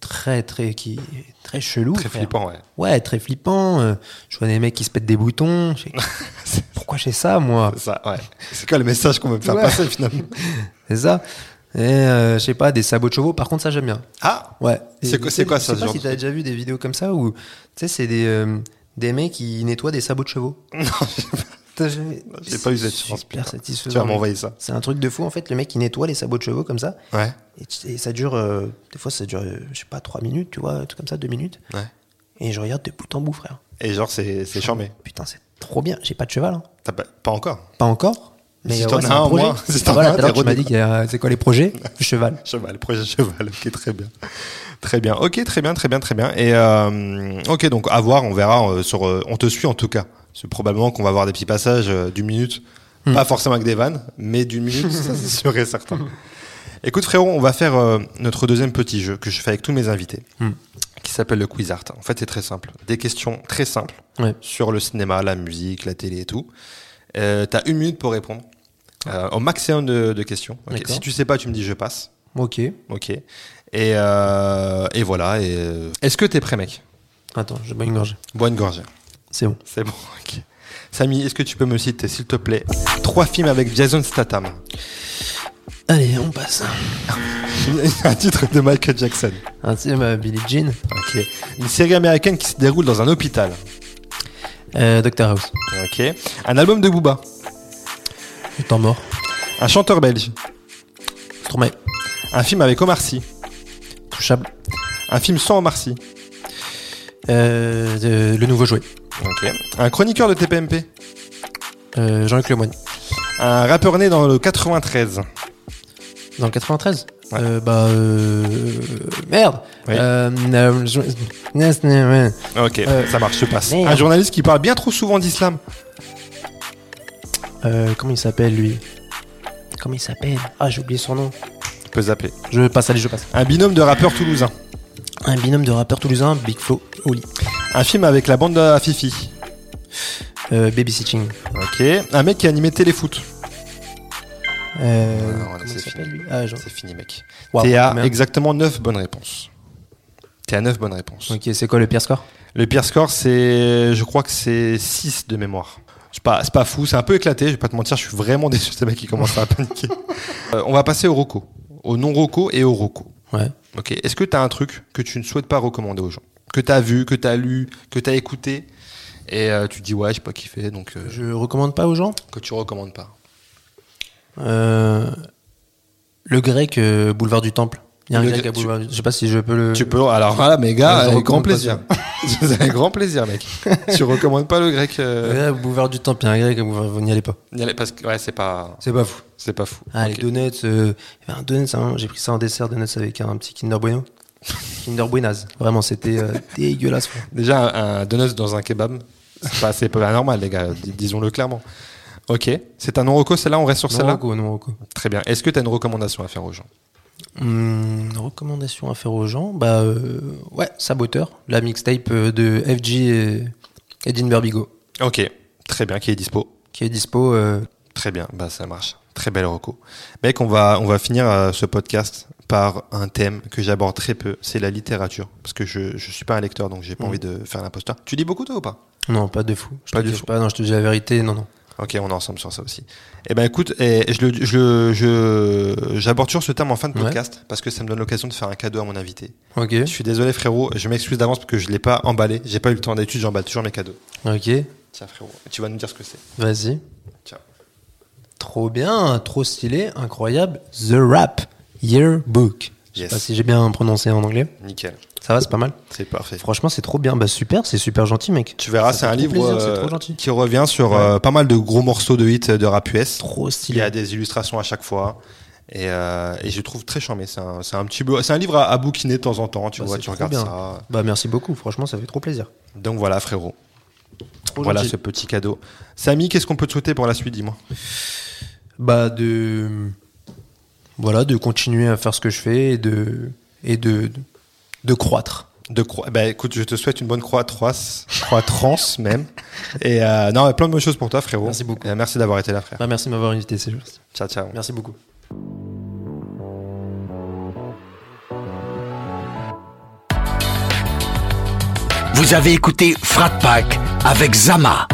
très, très, qui, très chelou.
Très
frère.
flippant, ouais.
Ouais, très flippant. euh, je vois des mecs qui se pètent des boutons. Je fais, Pourquoi j'ai ça, moi
C'est ça, ouais. C'est quoi le message qu'on veut me faire
Ouais.
passer finalement
C'est ça. Et euh, je sais pas, des sabots de chevaux. Par contre, ça, j'aime bien.
Ah
Ouais.
C'est
Et
quoi-
je
c'est
sais-
quoi ça, ce
Je sais pas
genre
si
de
t'as déjà vu des vidéos comme ça où, tu sais, c'est des, euh, des mecs qui nettoient des sabots de chevaux.
Non,
T'as jamais-
j'ai pas eu cette
super
chance. putain. Tu
satisfaisant.
vas m'envoyer ça.
C'est un truc de fou en fait, le mec il nettoie les sabots de chevaux comme ça,
Ouais.
et, tu- et ça dure, euh, des fois ça dure, euh, je sais pas, 3 minutes, tu vois, un truc comme ça, 2 minutes,
Ouais.
et je regarde de bout en bout frère.
Et genre, c'est c'est charmé.
Putain, c'est trop bien, j'ai pas de cheval, hein.
T'as pas, pas encore
pas encore, mais
Si
euh,
t'en
ouais,
as
c'est
un,
un
au
projet.
moins, si t'en as
voilà,
un,
tout à l'heure,
t'es
tu m'as
rodé,
dit qu'il y a- euh, c'est quoi les projets Le cheval.
Cheval, projet cheval, ok, très bien. Très bien, ok, très bien, très bien, très bien. Et euh, ok, donc à voir, on verra euh, sur. euh, on te suit en tout cas. C'est probablement qu'on va avoir des petits passages euh, d'une minute,
Hmm.
pas forcément avec des vannes, mais d'une minute, ça c'est sûr et certain. Écoute frérot, on va faire euh, notre deuxième petit jeu que je fais avec tous mes invités,
Hmm.
qui s'appelle le quiz art. En fait, c'est très simple. Des questions très simples
Ouais.
sur le cinéma, la musique, la télé et tout. Euh, T'as une minute pour répondre. euh, au maximum de, de questions. Ok.
Ah. D'accord.
Si tu sais pas, tu me dis je passe.
Ok,
Ok. Et, euh, et voilà. Et euh, Est-ce que t'es prêt, mec
attends, je bois une gorgée,
Bois une gorgée.
c'est bon.
C'est bon, ok. Samy, est-ce que tu peux me citer, s'il te plaît, trois films avec Jason Statham
Allez, on passe.
Un titre de Michael Jackson.
Un film euh, Billie Jean,
Ok. Une série américaine qui se déroule dans un hôpital.
euh, Doctor House,
Ok. Un album de Booba.
Le temps mort,
Un chanteur belge.
Stromae,
Un film avec Omar Sy.
Touchable,
Un film sans Omar Sy.
euh, de- Le Nouveau Jouet,
Ok. Un chroniqueur de TPMP.
euh, Jean-Luc Lemoyne.
Un rappeur né dans le 93.
Dans le 93
Ouais.
Euh, Bah. Euh... Merde
Oui.
Euh, euh, je- Nes- ne- ouais.
Ok,
Euh,
ça marche, je passe.
merde.
Un journaliste qui parle bien trop souvent d'islam.
Euh, Comment il s'appelle lui Comment il s'appelle Ah, j'ai oublié son nom.
Tu peux zapper.
Je passe, allez, je passe.
Un binôme de rappeurs toulousains.
Un binôme de rappeurs toulousains, Big Flo, Oli.
Un film avec la bande à Fifi.
Euh, Babysitting.
Ok. Un mec qui animait Téléfoot.
Euh,
Non,
comment
là, c'est
il s'appelle
fini.
lui Ah, Jean.
C'est fini, mec.
Waouh,
T'es à
merde.
exactement 9 bonnes réponses. T'es à 9 bonnes réponses.
Ok, c'est quoi le pire score
Le pire score, c'est. Je crois que c'est 6 de mémoire. C'est pas, c'est pas fou, c'est un peu éclaté, je vais pas te mentir, je suis vraiment déçu. C'est le mec qui commence à paniquer. Euh, on va passer au Rocco. Au non-Rocco et au Rocco.
Ouais.
Ok. Est-ce que t'as un truc que tu ne souhaites pas recommander aux gens Que t'as vu, que t'as lu, que t'as écouté et euh, tu te dis ouais, j'ai pas kiffé, donc euh,
Je recommande pas aux gens.
que tu recommandes pas.
Euh, le grec, euh, boulevard du Temple. Il y a un
Le
grec
grec,
à
tu-
boulevard du Je sais pas si je peux le.
Tu peux. Alors voilà, mes gars,
Ouais, je
avec
recommande
grand
pas
plaisir. C'est avec grand plaisir, mec. tu recommandes pas le grec euh,
Ouais, boulevard du Temple, il y a un grec, à boulevard- vous n'y allez pas.
n'y allez- Parce que ouais, c'est pas,
C'est pas fou.
c'est pas fou.
Ah,
Ok.
les donuts, euh, il y avait un donuts, hein, j'ai pris ça en dessert, donuts avec un petit Kinder Bueno. Kinder Buenas, vraiment, c'était euh, dégueulasse. quoi.
Déjà, un donuts dans un kebab, c'est pas, c'est pas anormal, les gars. dis- Disons-le clairement. Ok, c'est un non-reco, celle-là, on reste sur
Non,
celle-là
Rocco, non, Rocco.
Très bien. Est-ce que tu as une recommandation à faire aux gens
Hum, recommandation à faire aux gens, bah euh, ouais, Saboteur, la mixtape euh, de FG et, et Dean Berbigo,
Ok, très bien, qui est dispo.
qui est dispo. euh,
Très bien, bah ça marche. Très belle reco. Mec, on va, on va finir euh, ce podcast par un thème que j'aborde très peu, c'est la littérature. Parce que je, je suis pas un lecteur, donc j'ai pas
Mhm.
envie de faire l'imposteur. Tu lis beaucoup toi ou pas
non, pas de fou. Je
Pas
te
de
dis
fou.
pas, non, je te dis la vérité, non, non.
Ok, on est ensemble sur ça aussi. Eh ben écoute, eh, je le- je le- je- j'aborde toujours ce terme en fin de
Ouais.
podcast parce que ça me donne l'occasion de faire un cadeau à mon invité.
Ok,
Je suis désolé frérot, je m'excuse d'avance parce que je l'ai pas emballé. J'ai pas eu le temps d'études, j'emballe toujours mes cadeaux.
ok,
Tiens frérot, tu vas nous dire ce que c'est.
vas-y.
Tiens.
Trop bien, trop stylé, incroyable. The Rap Yearbook. Je sais
Yes.
pas si j'ai bien prononcé en anglais.
Nickel,
Ça va, c'est pas mal.
c'est parfait.
Franchement, c'est trop bien. Bah super, c'est super gentil, mec.
Tu verras,
Ça
c'est
fait
un
trop
livre
plaisir,
euh,
c'est trop gentil.
qui revient sur
Ouais.
euh, pas mal de gros morceaux de hits euh, de rap US.
Trop
Il y
stylé.
a des illustrations à chaque fois. Et, euh, et je le trouve très charmé. C'est un, c'est un petit peu, c'est un livre à, à bouquiner de temps en temps. Tu
Bah,
vois,
c'est
tu
trop
regardes
bien.
ça.
Bah merci beaucoup. Franchement, ça fait trop plaisir.
Donc voilà, frérot.
Trop
voilà
gentil.
ce petit cadeau. Samy, qu'est-ce qu'on peut te souhaiter pour la suite, dis-moi
Bah de voilà, de continuer à faire ce que je fais et de et de de, croître.
De croix. Bah écoute, je te souhaite une bonne croix troisse, croix trans même. Et euh, non, mais plein de bonnes choses pour toi, frérot.
Merci beaucoup.
Et euh, merci d'avoir été là, frère.
Bah, merci de m'avoir invité, c'est juste.
Ciao, ciao.
Merci beaucoup.
Vous avez écouté Frat Pack avec Zama.